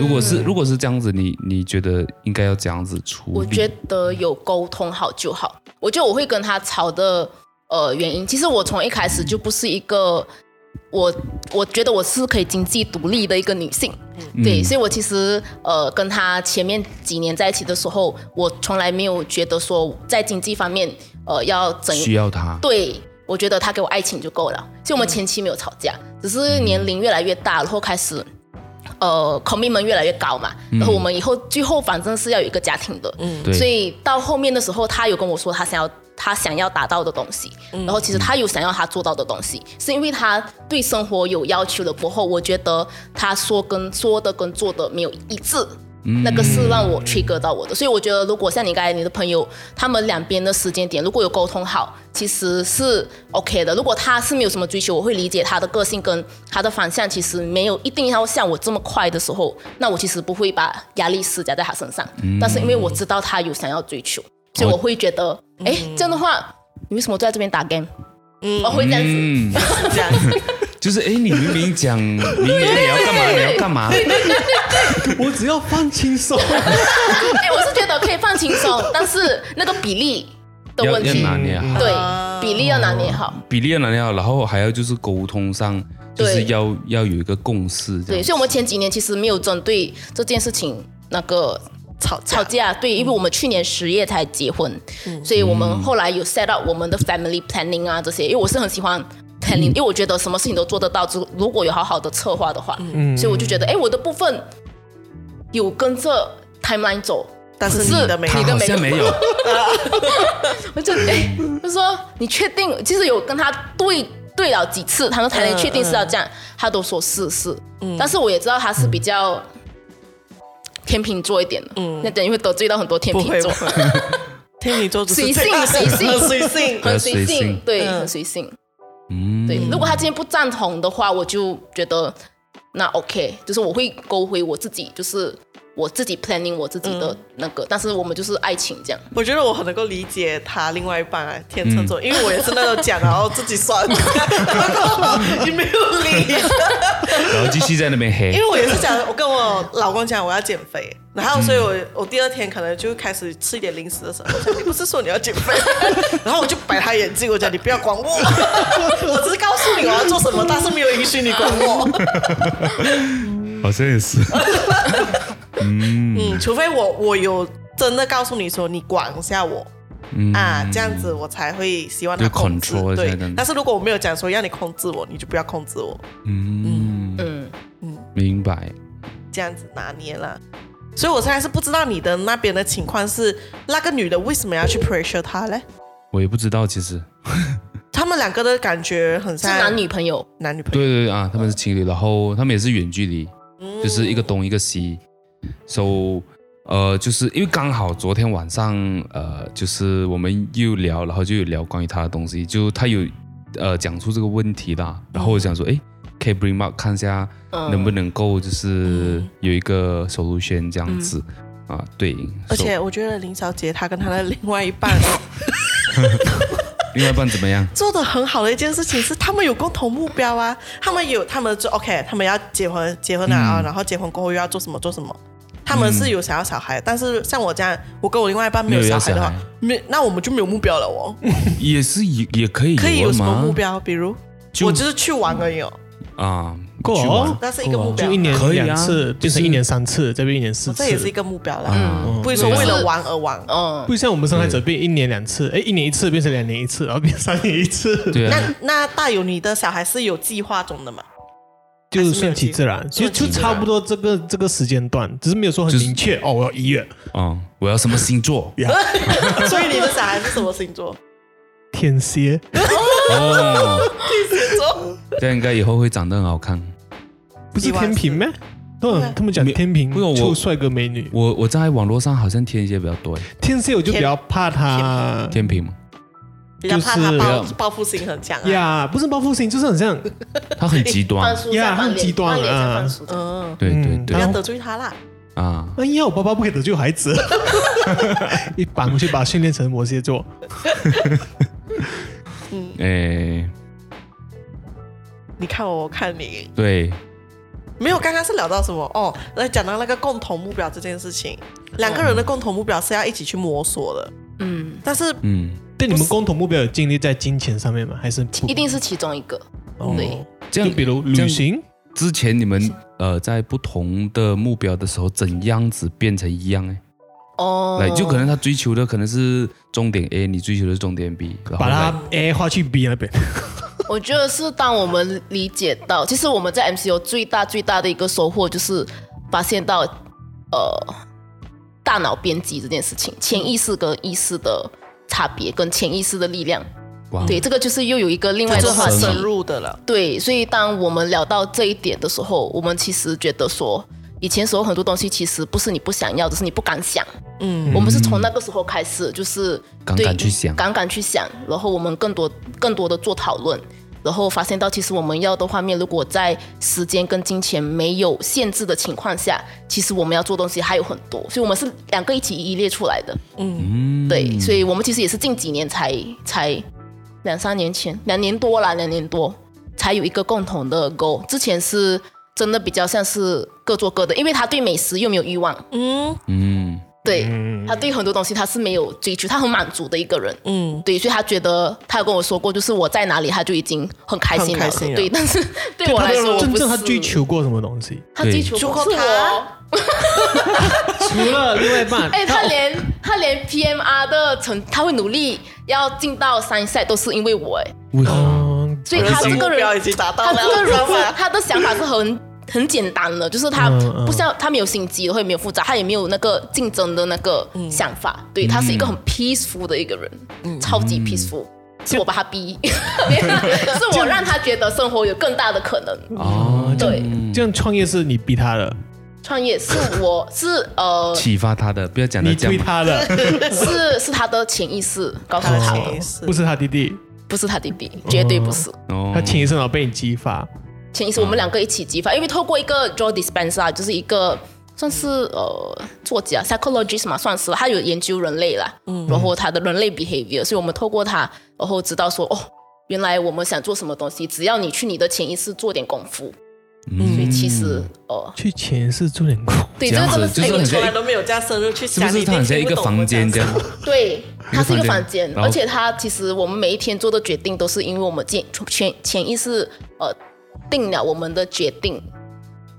Speaker 1: 如果是如果是这样子，你你觉得应该要这样子处理？
Speaker 4: 我觉得有沟通好就好。我觉得我会跟他吵的呃原因，其实我从一开始就不是一个我我觉得我是可以经济独立的一个女性，对，所以我其实呃跟他前面几年在一起的时候，我从来没有觉得说在经济方面呃要怎
Speaker 1: 需要他，
Speaker 4: 对，我觉得他给我爱情就够了。所以我们前期没有吵架，只是年龄越来越大，然后开始。呃，commitment 越来越高嘛，然后我们以后最后反正是要有一个家庭的，
Speaker 1: 对
Speaker 4: 所以到后面的时候，他有跟我说他想要他想要达到的东西，然后其实他有想要他做到的东西，是因为他对生活有要求了过后，我觉得他说跟说的跟做的没有一致，那个是让我 trigger 到我的，所以我觉得如果像你刚才你的朋友，他们两边的时间点如果有沟通好，其实是 OK 的。如果他是没有什么追求，我会理解他的个性跟他的方向，其实没有一定要像我这么快的时候，那我其实不会把压力施加在他身上。
Speaker 1: 嗯
Speaker 4: 但是因为我知道他有想要追求，所以我会觉得，哎、这样的话，你为什么坐在这边打 game？
Speaker 3: 嗯
Speaker 4: 我会这样子。
Speaker 1: 嗯，
Speaker 3: 是这样，
Speaker 1: 就是哎，诶你明明讲明年你要干嘛，你要干嘛，
Speaker 2: 我只要放轻松，
Speaker 4: [LAUGHS] 哎、我是觉得可以放轻松，但是那个比例的
Speaker 1: 要
Speaker 4: 问
Speaker 1: 要
Speaker 4: 题，
Speaker 1: 拿捏好，
Speaker 4: 对
Speaker 3: 啊
Speaker 4: 比例要拿捏好。
Speaker 1: 比例要拿捏好，然后还要就是沟通上，就是
Speaker 4: 对
Speaker 1: 要要有一个共识，这
Speaker 4: 对，
Speaker 1: 样
Speaker 4: 所以我们前几年其实没有针对这件事情那个
Speaker 3: 吵
Speaker 4: 吵架，嗯对，因为我们去年十月才结婚，所以我们后来有 set up 我们的 family planning 啊这些，因为我是很喜欢 planning，、因为我觉得什么事情都做得到，只如果有好好的策划的话，所以我就觉得，哎，我的部分有跟着 timeline 走，
Speaker 3: 但是
Speaker 4: 是
Speaker 3: 你的没有
Speaker 1: 他
Speaker 4: 你的
Speaker 1: 好像没有，
Speaker 4: 我就哎，就说你确定？其实有跟他对对了几次，他说才能确定是要
Speaker 3: 嗯
Speaker 4: 这样，他都说是是。但是我也知道他是比较天秤座一点的，那等于会得罪到很多天
Speaker 3: 嗯不
Speaker 4: 秤
Speaker 3: 会 [LAUGHS]
Speaker 4: 座
Speaker 3: 不，会，天秤座只是
Speaker 4: 随
Speaker 3: 最 [LAUGHS]
Speaker 4: 性
Speaker 3: 大
Speaker 4: 随性
Speaker 3: 随性，
Speaker 4: 很
Speaker 1: 比较随
Speaker 4: 随
Speaker 1: 性
Speaker 4: 性，对，
Speaker 3: 嗯
Speaker 4: 很随性。
Speaker 1: 嗯，
Speaker 4: 对，如果他今天不赞同的话，我就觉得那 OK，就是我会勾回我自己，就是我自己 planning 我自己的那
Speaker 3: 嗯
Speaker 4: 个，但是我们就是爱情这样。
Speaker 3: 我觉得我很能够理解他另外一半啊，天秤
Speaker 4: 嗯
Speaker 3: 座，因为我也是那种讲然后自己算， [LAUGHS] 你没有理。
Speaker 1: 然后继续在那边黑
Speaker 3: 因，为我也是讲，我跟我老公讲我要减肥，然后所以
Speaker 4: 嗯
Speaker 3: 我我第二天可能就开始吃一点零食的时候，我讲你不是说你要减肥， [LAUGHS] 然后我就摆他眼镜，我讲你不要管我， [LAUGHS] 我只是告诉你我要做什么，但是没有允许你管我，
Speaker 4: 嗯
Speaker 1: 好像也是。
Speaker 3: 嗯，除非我我有真的告诉你说你管一下我。啊，这样子我才会希望
Speaker 1: 嗯
Speaker 3: 他
Speaker 1: 就
Speaker 3: 控制
Speaker 1: control 一下
Speaker 3: 对
Speaker 1: 这样子，
Speaker 3: 但是如果我没有讲说要你控制我，你就不要控制我，
Speaker 1: 嗯，
Speaker 4: 嗯，
Speaker 1: 明白。
Speaker 3: 这样子拿捏啦。所以我现在是不知道你的那边的情况是那个女的为什么要去 pressure 他嘞？
Speaker 1: 我也不知道，其实，
Speaker 3: 他们两个的感觉很
Speaker 4: 是
Speaker 3: 像
Speaker 4: 男女朋友，
Speaker 3: 男女朋友，
Speaker 1: 对对对啊，他们是情侣，然后他们也是远距离，就是一个东一个西，so。呃，就是因为刚好昨天晚上，呃，就是我们又聊，然后就有聊关于他的东西，就他有呃讲出这个问题啦，然后我想说，
Speaker 3: 嗯
Speaker 1: 哎，可以 bring up 看一下
Speaker 4: 嗯，
Speaker 1: 能不能够就是
Speaker 3: 嗯
Speaker 1: 有一个 solution 这样子、啊，对，
Speaker 3: 而
Speaker 1: so，
Speaker 3: 且我觉得林小姐她跟她的另外一半
Speaker 1: 另外一半怎么
Speaker 3: [LAUGHS]
Speaker 1: 样？
Speaker 3: 做的很好的一件事情是，他们有共同目标啊，他们有他们就 OK，他们要结婚，结婚了
Speaker 1: 嗯
Speaker 3: 啊，然后结婚过后又要做什么做什么。他们是有想要小孩，但是像我这样，我跟我另外一半没有
Speaker 1: 嗯没有
Speaker 3: 小
Speaker 1: 要
Speaker 3: 孩的话
Speaker 1: 小孩，
Speaker 3: 没那我们就没有目标了哦。
Speaker 1: 也是也也可以
Speaker 3: 可以有
Speaker 1: 有啊
Speaker 3: 什么
Speaker 1: 嘛
Speaker 3: 目标？比如
Speaker 1: 就
Speaker 3: 我就是去玩而已哦，
Speaker 1: 啊？
Speaker 2: 够 [LAUGHS]
Speaker 1: 去玩
Speaker 2: 哦，
Speaker 3: 那是一个目标
Speaker 2: 就一年
Speaker 1: 可以啊
Speaker 2: 两次，变成一年三次，再变一年四
Speaker 3: 我
Speaker 2: 次，
Speaker 3: 这也是一个目标啦。
Speaker 1: 啊，
Speaker 3: 嗯不会说
Speaker 4: 对
Speaker 3: 为了
Speaker 4: 是
Speaker 3: 玩而玩，哦
Speaker 4: 嗯，
Speaker 2: 不像我们生孩者变一年两次，哎，一年一次变成两年一次，然后变三年一次，
Speaker 1: 对啊，
Speaker 3: 那那大有你的小孩是有计划中
Speaker 1: [LAUGHS]
Speaker 3: 的嘛？
Speaker 2: 就是顺其自然，其实
Speaker 3: 顺其
Speaker 2: 就
Speaker 3: 自然
Speaker 2: 差不多这个这个时间段，只是没有说很
Speaker 1: 就是
Speaker 2: 明确哦，我要一月
Speaker 1: 啊，我要什么星
Speaker 3: [LAUGHS]
Speaker 1: 座？
Speaker 3: 所以你的小孩是什么星座？
Speaker 2: 天蝎，
Speaker 1: 哦，这样应该以后会长得很好看。
Speaker 2: 不是天平吗？嗯，他们讲
Speaker 1: 没有
Speaker 2: 天平
Speaker 1: 不是我
Speaker 2: 臭帅哥美女，
Speaker 1: 我我在网络上好像天蝎比较多，
Speaker 2: 天蝎我就比较怕他，
Speaker 1: 天平嘛，
Speaker 3: 比较怕他
Speaker 2: 就是
Speaker 3: 报报复心很强啊。
Speaker 2: 呀，不是报复心，就是很 [LAUGHS] 像，
Speaker 1: 他很极端
Speaker 4: [LAUGHS] 半，数
Speaker 2: 呀
Speaker 4: 加半
Speaker 2: 很极
Speaker 4: 脸，
Speaker 2: 端
Speaker 4: 半脸加
Speaker 2: 啊
Speaker 4: 半数这样，
Speaker 3: 嗯，
Speaker 1: 对对
Speaker 2: 嗯
Speaker 3: 不
Speaker 1: 对
Speaker 3: 要
Speaker 2: 然后
Speaker 3: 得罪他啦。
Speaker 1: 啊，
Speaker 2: 哎呀，我爸爸不可以得救孩 [LAUGHS] 子，一绑去把他训练成摩羯座，
Speaker 1: 哎，
Speaker 3: 你看我，我看你，
Speaker 1: 对，
Speaker 3: 没有。刚刚是聊到什么？哦，来讲到那个共同目标这件事情，两个人的共同目标是要一起去摸索的。
Speaker 4: 嗯，
Speaker 3: 但是
Speaker 1: 嗯，
Speaker 2: 对你们共同目标有建立在金钱上面吗？还是不
Speaker 4: 一定是其中一个，
Speaker 2: 哦
Speaker 4: 对，
Speaker 1: 这
Speaker 2: 就
Speaker 1: 样
Speaker 2: 比如
Speaker 1: 这
Speaker 2: 旅
Speaker 1: 样
Speaker 2: 行，
Speaker 1: 之前你们呃在不同的目标的时候，怎样子变成一样？哎，
Speaker 4: 哦，
Speaker 1: 来，就可能他追求的可能是终点 A，你追求的是终点 B，然后
Speaker 2: 把
Speaker 1: 来
Speaker 2: 它 A 划去 B 那边，
Speaker 4: 我觉得是当我们理解到，其实我们在 MCO 最大最大的一个收获就是发现到，呃，大脑编辑这件事情，潜意识跟意识的差别，跟潜意识的力量。
Speaker 1: 哇
Speaker 4: 对，这个就是又有一个另外
Speaker 3: 这
Speaker 4: 的
Speaker 3: 是
Speaker 4: 话
Speaker 3: 很
Speaker 4: 题。
Speaker 3: 深入的了。
Speaker 4: 对，所以当我们聊到这一点的时候，我们其实觉得说，以前时候很多东西其实不是你不想要，只是你不敢想。
Speaker 3: 嗯，
Speaker 4: 我们是从那个时候开始，就是
Speaker 1: 嗯敢
Speaker 4: 对
Speaker 1: 敢去想
Speaker 4: 敢敢去想，然后我们更多更多的做讨论，然后发现到其实我们要的画面，如果在时间跟金钱没有限制的情况下，其实我们要做东西还有很多，所以我们是两个一起一一列出来的。嗯，对，所以我们其实也是近几年才才两三年前，两年多啦，两年多才有一个共同的 goal。之前是真的比较像是各做各的，因为他对美食又没有欲望，
Speaker 1: 嗯，
Speaker 4: 对、他对很多东西他是没有追求，他很满足的一个人。嗯，对，所以他觉得他有跟我说过，就是我在哪里他就已经很开心了。
Speaker 3: 很开心了
Speaker 4: 对，但是对
Speaker 2: 就
Speaker 4: 我
Speaker 2: 他
Speaker 4: 来说，
Speaker 2: 的
Speaker 4: 我
Speaker 2: 真
Speaker 4: 不是
Speaker 2: 正他追，求过什么东西？
Speaker 4: 他追求
Speaker 3: 对
Speaker 4: 不是
Speaker 3: 除
Speaker 4: 我
Speaker 3: 了。
Speaker 2: 除了另外一半，
Speaker 4: [LAUGHS] 哎，他连他连 PMR 的成，他会努力要进到三赛，都是因为我哎，
Speaker 1: 为什么？
Speaker 2: 嗯
Speaker 4: 所以他这
Speaker 3: 目
Speaker 4: 个人
Speaker 3: 标已经达到
Speaker 4: 他
Speaker 3: 了，
Speaker 4: 这个
Speaker 3: 知
Speaker 4: 人
Speaker 3: 道
Speaker 4: 是
Speaker 3: 吗？
Speaker 4: 他的想法是很很简单的，就是他
Speaker 2: 嗯嗯
Speaker 4: 不像他没有心机，然后也没有复杂，他也没有那个竞争的那个想法。
Speaker 3: 嗯
Speaker 4: 对他是一个很 peaceful 的一个人，超级 peaceful。是我把他逼，是我让他觉得生活有更大的可能。
Speaker 1: 哦，
Speaker 4: 对，
Speaker 2: 这样创业是你逼他的，
Speaker 4: 创业是我是呃
Speaker 1: 启发他的，不要讲的嗯
Speaker 2: 你
Speaker 1: 这
Speaker 2: 推
Speaker 1: 样嘛，
Speaker 2: 他的，哦
Speaker 4: 是是他的潜意识告诉
Speaker 3: 他的
Speaker 4: [LAUGHS] 他
Speaker 3: 潜
Speaker 4: 的，
Speaker 3: 意识
Speaker 2: 不是他弟弟，
Speaker 4: 不是他弟弟，绝对不是。
Speaker 1: 哦
Speaker 2: 他潜意识脑被你激发，
Speaker 4: 潜意识我们两个一起激发，因为透过一个 Joe Dispenza 就是一个算是呃作家 psychologist 嘛，算是他有研究人类啦，嗯，然后他的人类 behavior，所以我们透过他，然后知道说哦，原来我们想做什么东西，只要你去你的潜意识做点功夫，
Speaker 1: 嗯
Speaker 4: 所以其实呃，
Speaker 2: 去潜意识做点功，
Speaker 4: 对
Speaker 1: 这
Speaker 4: 嗯这个
Speaker 1: 样
Speaker 4: 真的
Speaker 1: 子
Speaker 4: 是
Speaker 1: 就是
Speaker 4: 哎
Speaker 1: 很
Speaker 3: 从
Speaker 1: 像
Speaker 3: 来都没有这样深入去
Speaker 1: 是不
Speaker 3: 想，
Speaker 1: 是
Speaker 3: 你
Speaker 1: 它
Speaker 3: 定
Speaker 1: 很像
Speaker 3: 听
Speaker 1: 一
Speaker 3: 不
Speaker 1: 个
Speaker 3: 懂
Speaker 1: 房
Speaker 3: 我
Speaker 1: 间这
Speaker 3: 讲什
Speaker 1: 样
Speaker 3: 么？？
Speaker 4: 对，它是一个房间，
Speaker 1: 然后
Speaker 4: 而且它其实我们每一天做的决定都是因为我们潜潜潜意识呃定了我们的决定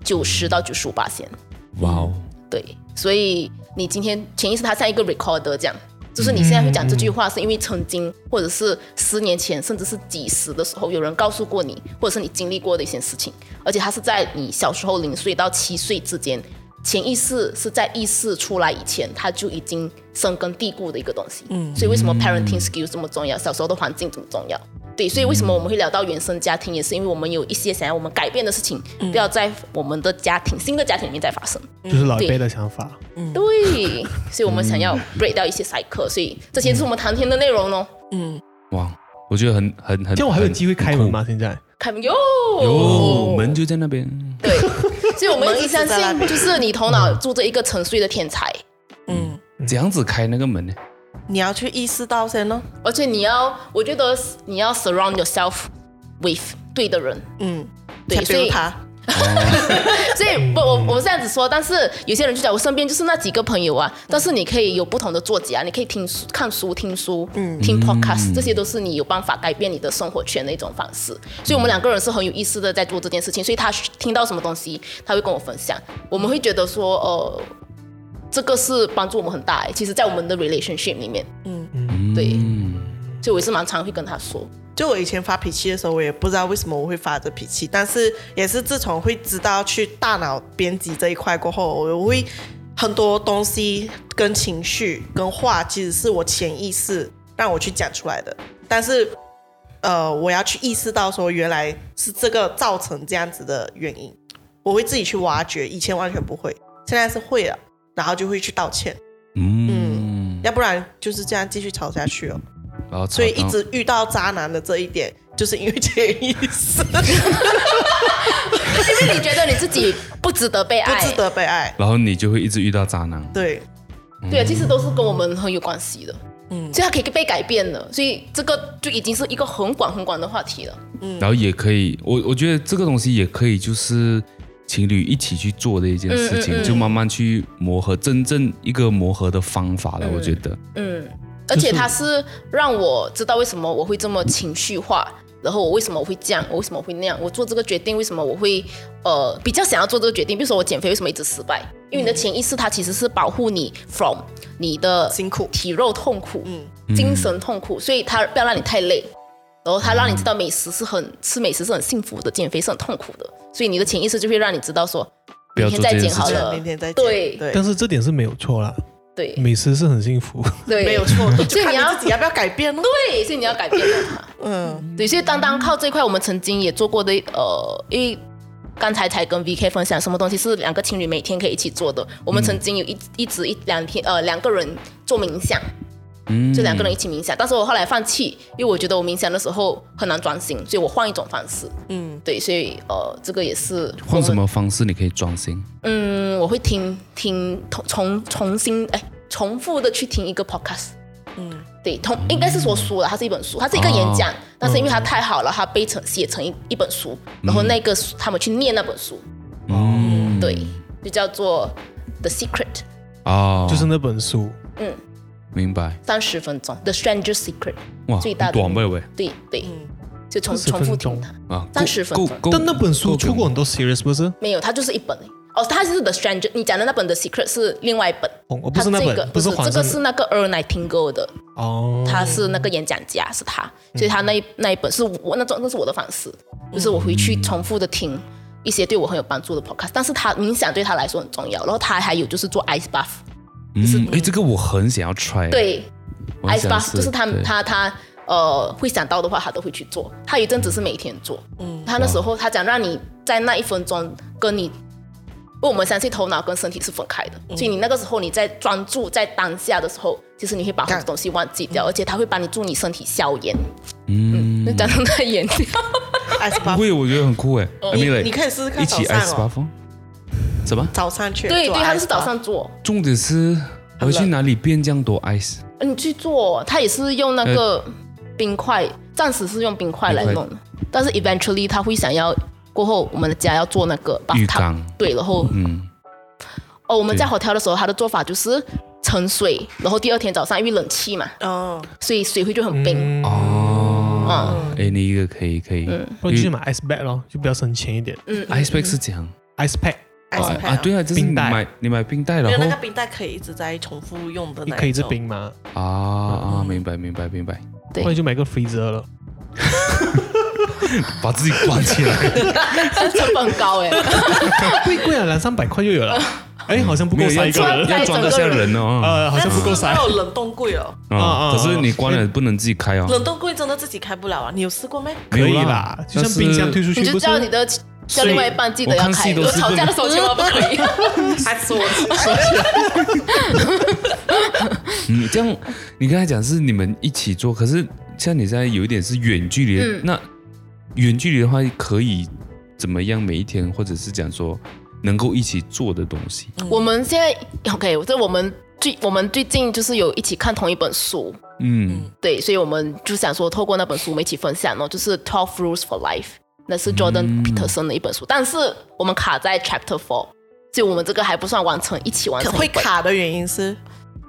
Speaker 4: 九十到九十五八线，
Speaker 1: 哇哦，
Speaker 4: 对，所以你今天潜意识它像一个 recorder 这样。就是你现在会讲这句话，是因为曾经，或者是十年前，甚至是几十的时候，有人告诉过你，或者是你经历过的一些事情，而且它是在你小时候零岁到七岁之间，潜意识是在意识出来以前，它就已经深根蒂固的一个东西。嗯，所以为什么 parenting skills 这么重要，小时候的环境这么重要？对，所以为什么我们会聊到原生家庭，也是因为我们有一些想要我们改变的事情，不要在我们的家庭、新的家庭里面再发生。
Speaker 2: 就是老一
Speaker 4: 对
Speaker 2: 辈的想法。
Speaker 4: 对，所以我们想要 break 掉一些 cycle，所以这些是我们谈天的内容哦。
Speaker 1: 哇，我觉得很很很。
Speaker 2: 这样我还有机哦会开门吗？现在
Speaker 4: 看哟，
Speaker 1: 有门就在那边。
Speaker 2: 嗯
Speaker 4: 对，所以我们
Speaker 3: 门一
Speaker 4: 一相
Speaker 3: 直在那
Speaker 4: 信，
Speaker 3: 边
Speaker 4: 就是你头脑住着一个沉睡的天才，
Speaker 3: 嗯，
Speaker 1: 这样子开那个门呢？
Speaker 3: 你要去意识到先咯。
Speaker 4: 而且你要，我觉得你要 surround yourself with 对的人。
Speaker 3: 嗯，
Speaker 4: 对，所以
Speaker 3: 他
Speaker 4: 所以不，我我是这样子说，但是有些人就讲，我身边就是那几个朋友啊，但是你可以有不同的作家，你可以听书、看书、听书、听 podcast，、这些都是你有办法改变你的生活圈的一种方式。所以我们两个人是很有意思的在做这件事情，所以他听到什么东西，他会跟我分享，我们会觉得说，呃，这个是帮助我们很大、欸。其实，在我们的 relationship 里面，
Speaker 1: 嗯
Speaker 4: 对所以我也是蛮常会跟他说， [LAUGHS]
Speaker 3: 就我以前发脾气的时候，我也不知道为什么我会发这脾气，但是也是自从会知道去大脑编辑这一块过后，我会很多东西跟情绪跟话，其实是我潜意识让我去讲出来的，但是呃，我要去意识到说原来是这个造成这样子的原因，我会自己去挖掘，以前完全不会，现在是会了，然后就会去道歉，
Speaker 1: 嗯，
Speaker 3: 要不然就是这样继续吵下去哦。
Speaker 1: 然后
Speaker 3: 所以一直遇到渣男的这一点，就是因为潜意
Speaker 4: [LAUGHS]
Speaker 3: 识
Speaker 4: 因为你觉得你自己不值得被
Speaker 3: 不
Speaker 4: 爱，
Speaker 3: 值得被爱。
Speaker 1: 然后你就会一直遇到渣男。
Speaker 3: 对，
Speaker 4: 对啊，其实都是跟我们很有关系的。嗯，所以它可以被改变的，所以这个就已经是一个很广很广的话题了。
Speaker 1: 然后也可以，我我觉得这个东西也可以，就是情侣一起去做的一件事
Speaker 4: 嗯
Speaker 1: 情，就慢慢去磨合，真正一个磨合的方法了。我觉得，
Speaker 4: 嗯，而且它是让我知道为什么我会这么情绪化，然后我为什么我会这样，我为什么我会那样，我做这个决定为什么我会呃比较想要做这个决定，比如说我减肥为什么一直失败，因为你的潜意识它其实是保护你 from 你的
Speaker 3: 辛苦
Speaker 4: 体肉痛苦，
Speaker 3: 嗯
Speaker 4: 精神痛苦，所以它不要让你太累。然后它让你知道美食是很吃美食是很幸福的，减肥是很痛苦的，所以你的潜意识就会让你知道说，
Speaker 1: 不要
Speaker 4: 明天
Speaker 1: 做
Speaker 4: 再
Speaker 1: 这件
Speaker 4: 减
Speaker 1: 事
Speaker 4: 好
Speaker 1: 情
Speaker 4: 了，
Speaker 3: 明天再见
Speaker 4: 对
Speaker 3: 对
Speaker 2: 但，是这点是没有错啦，
Speaker 4: 对
Speaker 2: 美食是很幸福。
Speaker 4: 对，
Speaker 3: 没有错，
Speaker 4: [LAUGHS] 所
Speaker 3: 就
Speaker 4: 以
Speaker 3: 看
Speaker 4: 你
Speaker 3: 你
Speaker 4: 要
Speaker 3: 自己要不要改变咯。
Speaker 4: 对，所以你要改变了它。
Speaker 3: 嗯，
Speaker 4: 对，所以单单靠这一块，我们曾经也做过的，呃，因为刚才才跟 VK 分享什么东西是两个情侣每天可以一起做的。
Speaker 1: 嗯
Speaker 4: 我们曾经有一一直一两天，呃，两个人做冥想，
Speaker 1: 嗯，
Speaker 4: 就两个人一起冥想。但是我后来放弃，因为我觉得我冥想的时候很难专心，所以我换一种方式。嗯，对，所以呃，这个也是我
Speaker 1: 嗯换
Speaker 4: 们
Speaker 1: 什？么方式你可以专心？
Speaker 4: 嗯，我会听听重重重新哎重复的去听一个 podcast。对，
Speaker 1: 嗯
Speaker 4: 同应该是说书了，它是一本书，它是一个演讲，但是因为它太好了，它被成写成一一本书，然后那个书他们去念那本书，
Speaker 2: 哦
Speaker 1: 嗯，
Speaker 4: 对，就叫做《The Secret》
Speaker 1: 哦，
Speaker 2: 就是那本书，
Speaker 1: 明白
Speaker 4: 三十分钟，《The Stranger Secret》
Speaker 1: 哇，
Speaker 4: 最大的
Speaker 1: 短呗喂
Speaker 4: 对对，
Speaker 1: 嗯
Speaker 4: 就重
Speaker 2: 30
Speaker 4: 重复
Speaker 2: 分
Speaker 4: 听
Speaker 2: 钟
Speaker 4: 它，
Speaker 1: 啊，
Speaker 4: 30分钟
Speaker 2: 但那本书出过很
Speaker 1: 多，
Speaker 2: 多 series 不是？
Speaker 4: 没有，它就是一本。哦，它就是 The Stranger，你讲的那本《The Secret》是另外一本，
Speaker 2: 哦不是那
Speaker 4: 它
Speaker 2: 本
Speaker 4: 这个
Speaker 2: 不是黄
Speaker 4: 这
Speaker 2: 色的
Speaker 4: 个是那个 Earl Nightingale 的，
Speaker 2: 哦，
Speaker 4: 他是那个演讲家，是他，所以他那一那一本是我那种那是我的方式，
Speaker 2: 哦
Speaker 4: 就是我回去重复的听一些对我很有帮助的 podcast，但是他冥想对他来说很重要，然后他还有就是做 ice bath，
Speaker 1: 嗯，哎，这个我很想要 try，
Speaker 4: 对
Speaker 1: 我很
Speaker 4: ice
Speaker 1: 想
Speaker 4: bath
Speaker 1: 试，
Speaker 4: 就是他
Speaker 1: 对
Speaker 4: 他他呃会想到的话他都会去做，他有一阵子是每天做，嗯，他那时候他讲让你在那一分钟跟你。因为我们相信头脑跟身体是分开的，
Speaker 1: 嗯
Speaker 4: 所以你那个时候你在专注在当下的时候，其实你会把很多东西忘记掉，而且它会帮你助你身体消炎。
Speaker 1: 嗯，
Speaker 4: 那讲的太严重，
Speaker 3: ice
Speaker 1: 不
Speaker 3: bath，
Speaker 1: 会，我觉得很酷哎。阿
Speaker 3: 哦你
Speaker 1: 米蕾，
Speaker 3: 你可以试试看
Speaker 1: 一起
Speaker 3: 早
Speaker 1: ice
Speaker 3: 上哦
Speaker 1: bath 哦什么？
Speaker 3: 早上去，
Speaker 4: 对
Speaker 3: 做
Speaker 4: 对，他
Speaker 3: ice
Speaker 4: 们是早
Speaker 3: bath
Speaker 4: 上做，
Speaker 1: 重点是我去哪里变这样多 ice？
Speaker 4: 呃你去做，他也是用那个冰块，暂时是用冰块来
Speaker 1: 呃冰块
Speaker 4: 弄的，但是 eventually 他会想要过后我们的家要做那个
Speaker 1: 浴
Speaker 4: bathtub，
Speaker 1: 缸
Speaker 4: 对，然后
Speaker 1: 嗯，
Speaker 4: 哦我们在
Speaker 1: 对
Speaker 4: hotel 的时候，他的做法就是盛水，然后第二天早上因为冷气嘛，
Speaker 3: 哦，
Speaker 4: 所以水会就很
Speaker 1: 嗯
Speaker 4: 冰，
Speaker 2: 嗯
Speaker 1: 哦，
Speaker 4: 嗯
Speaker 1: 哎，那一个可以可以。
Speaker 2: 不然就去买
Speaker 1: 嗯
Speaker 2: ice bag 咯，就比较省钱一点。
Speaker 4: 嗯，
Speaker 1: ice pack 是这样
Speaker 2: ice pack
Speaker 1: 哦
Speaker 3: ice
Speaker 1: 啊，对啊，就是你
Speaker 2: 冰袋
Speaker 1: 买你买冰袋，
Speaker 3: 没有
Speaker 1: 然
Speaker 3: 那个
Speaker 1: 后
Speaker 3: 冰袋可以一直在重复用的
Speaker 2: 你
Speaker 3: 那一
Speaker 2: 可以是
Speaker 3: 种，
Speaker 2: 冰嘛，
Speaker 1: 啊啊，明白明白明白，
Speaker 4: 对
Speaker 2: 不然就买个 freezer 了。
Speaker 1: [LAUGHS] 把自己关起来，
Speaker 4: [LAUGHS] 成本很
Speaker 1: [LAUGHS]
Speaker 4: 高哎，
Speaker 2: 贵贵啊，两三百块就有了。
Speaker 4: 嗯
Speaker 2: 哎，好像不
Speaker 1: 没
Speaker 2: 够
Speaker 1: 有
Speaker 2: 塞
Speaker 1: 要
Speaker 2: 一个
Speaker 1: 装
Speaker 2: 人，
Speaker 4: 塞
Speaker 1: 要装得下人哦。
Speaker 2: 呃，好像不够塞
Speaker 3: [LAUGHS] 但。是没有冷冻柜哦，
Speaker 1: 啊
Speaker 2: 啊
Speaker 1: 啊！
Speaker 2: 啊
Speaker 1: 可是你关了不能自己开哦，
Speaker 3: 冷冻柜真的自己开不了啊，你有试过
Speaker 1: [LAUGHS]
Speaker 3: 没？
Speaker 2: 可
Speaker 1: 没
Speaker 2: 以
Speaker 1: 有
Speaker 2: 啦，就像冰箱推出去
Speaker 4: 你，就
Speaker 2: 不是
Speaker 4: 叫你的叫另外一半记得要
Speaker 1: 我看
Speaker 4: 开，
Speaker 1: 戏都是
Speaker 4: 吵架的时候千万不可以。
Speaker 1: [LAUGHS]
Speaker 3: 还是我自己
Speaker 1: 嗯，这样你刚才讲是你们一起做，可是像你现在有一点是远距离的，
Speaker 4: 嗯
Speaker 1: 那远距离的话可以怎么样？每一天或者是讲说能够一起做的东西，
Speaker 3: 嗯
Speaker 4: 我们现在 OK，这我们最我们最近就是有一起看同一本书，
Speaker 1: 嗯，
Speaker 4: 对，所以我们就想说，透过那本书，我们一起分享哦，就是《Twelve Rules for Life》，那是 Jordan
Speaker 1: 嗯
Speaker 4: Peterson 的一本书，但是我们卡在 Chapter Four，所以我们这个还不算完成，一起完
Speaker 3: 可
Speaker 4: 成
Speaker 3: 会
Speaker 4: 一本。
Speaker 3: 卡的原因是，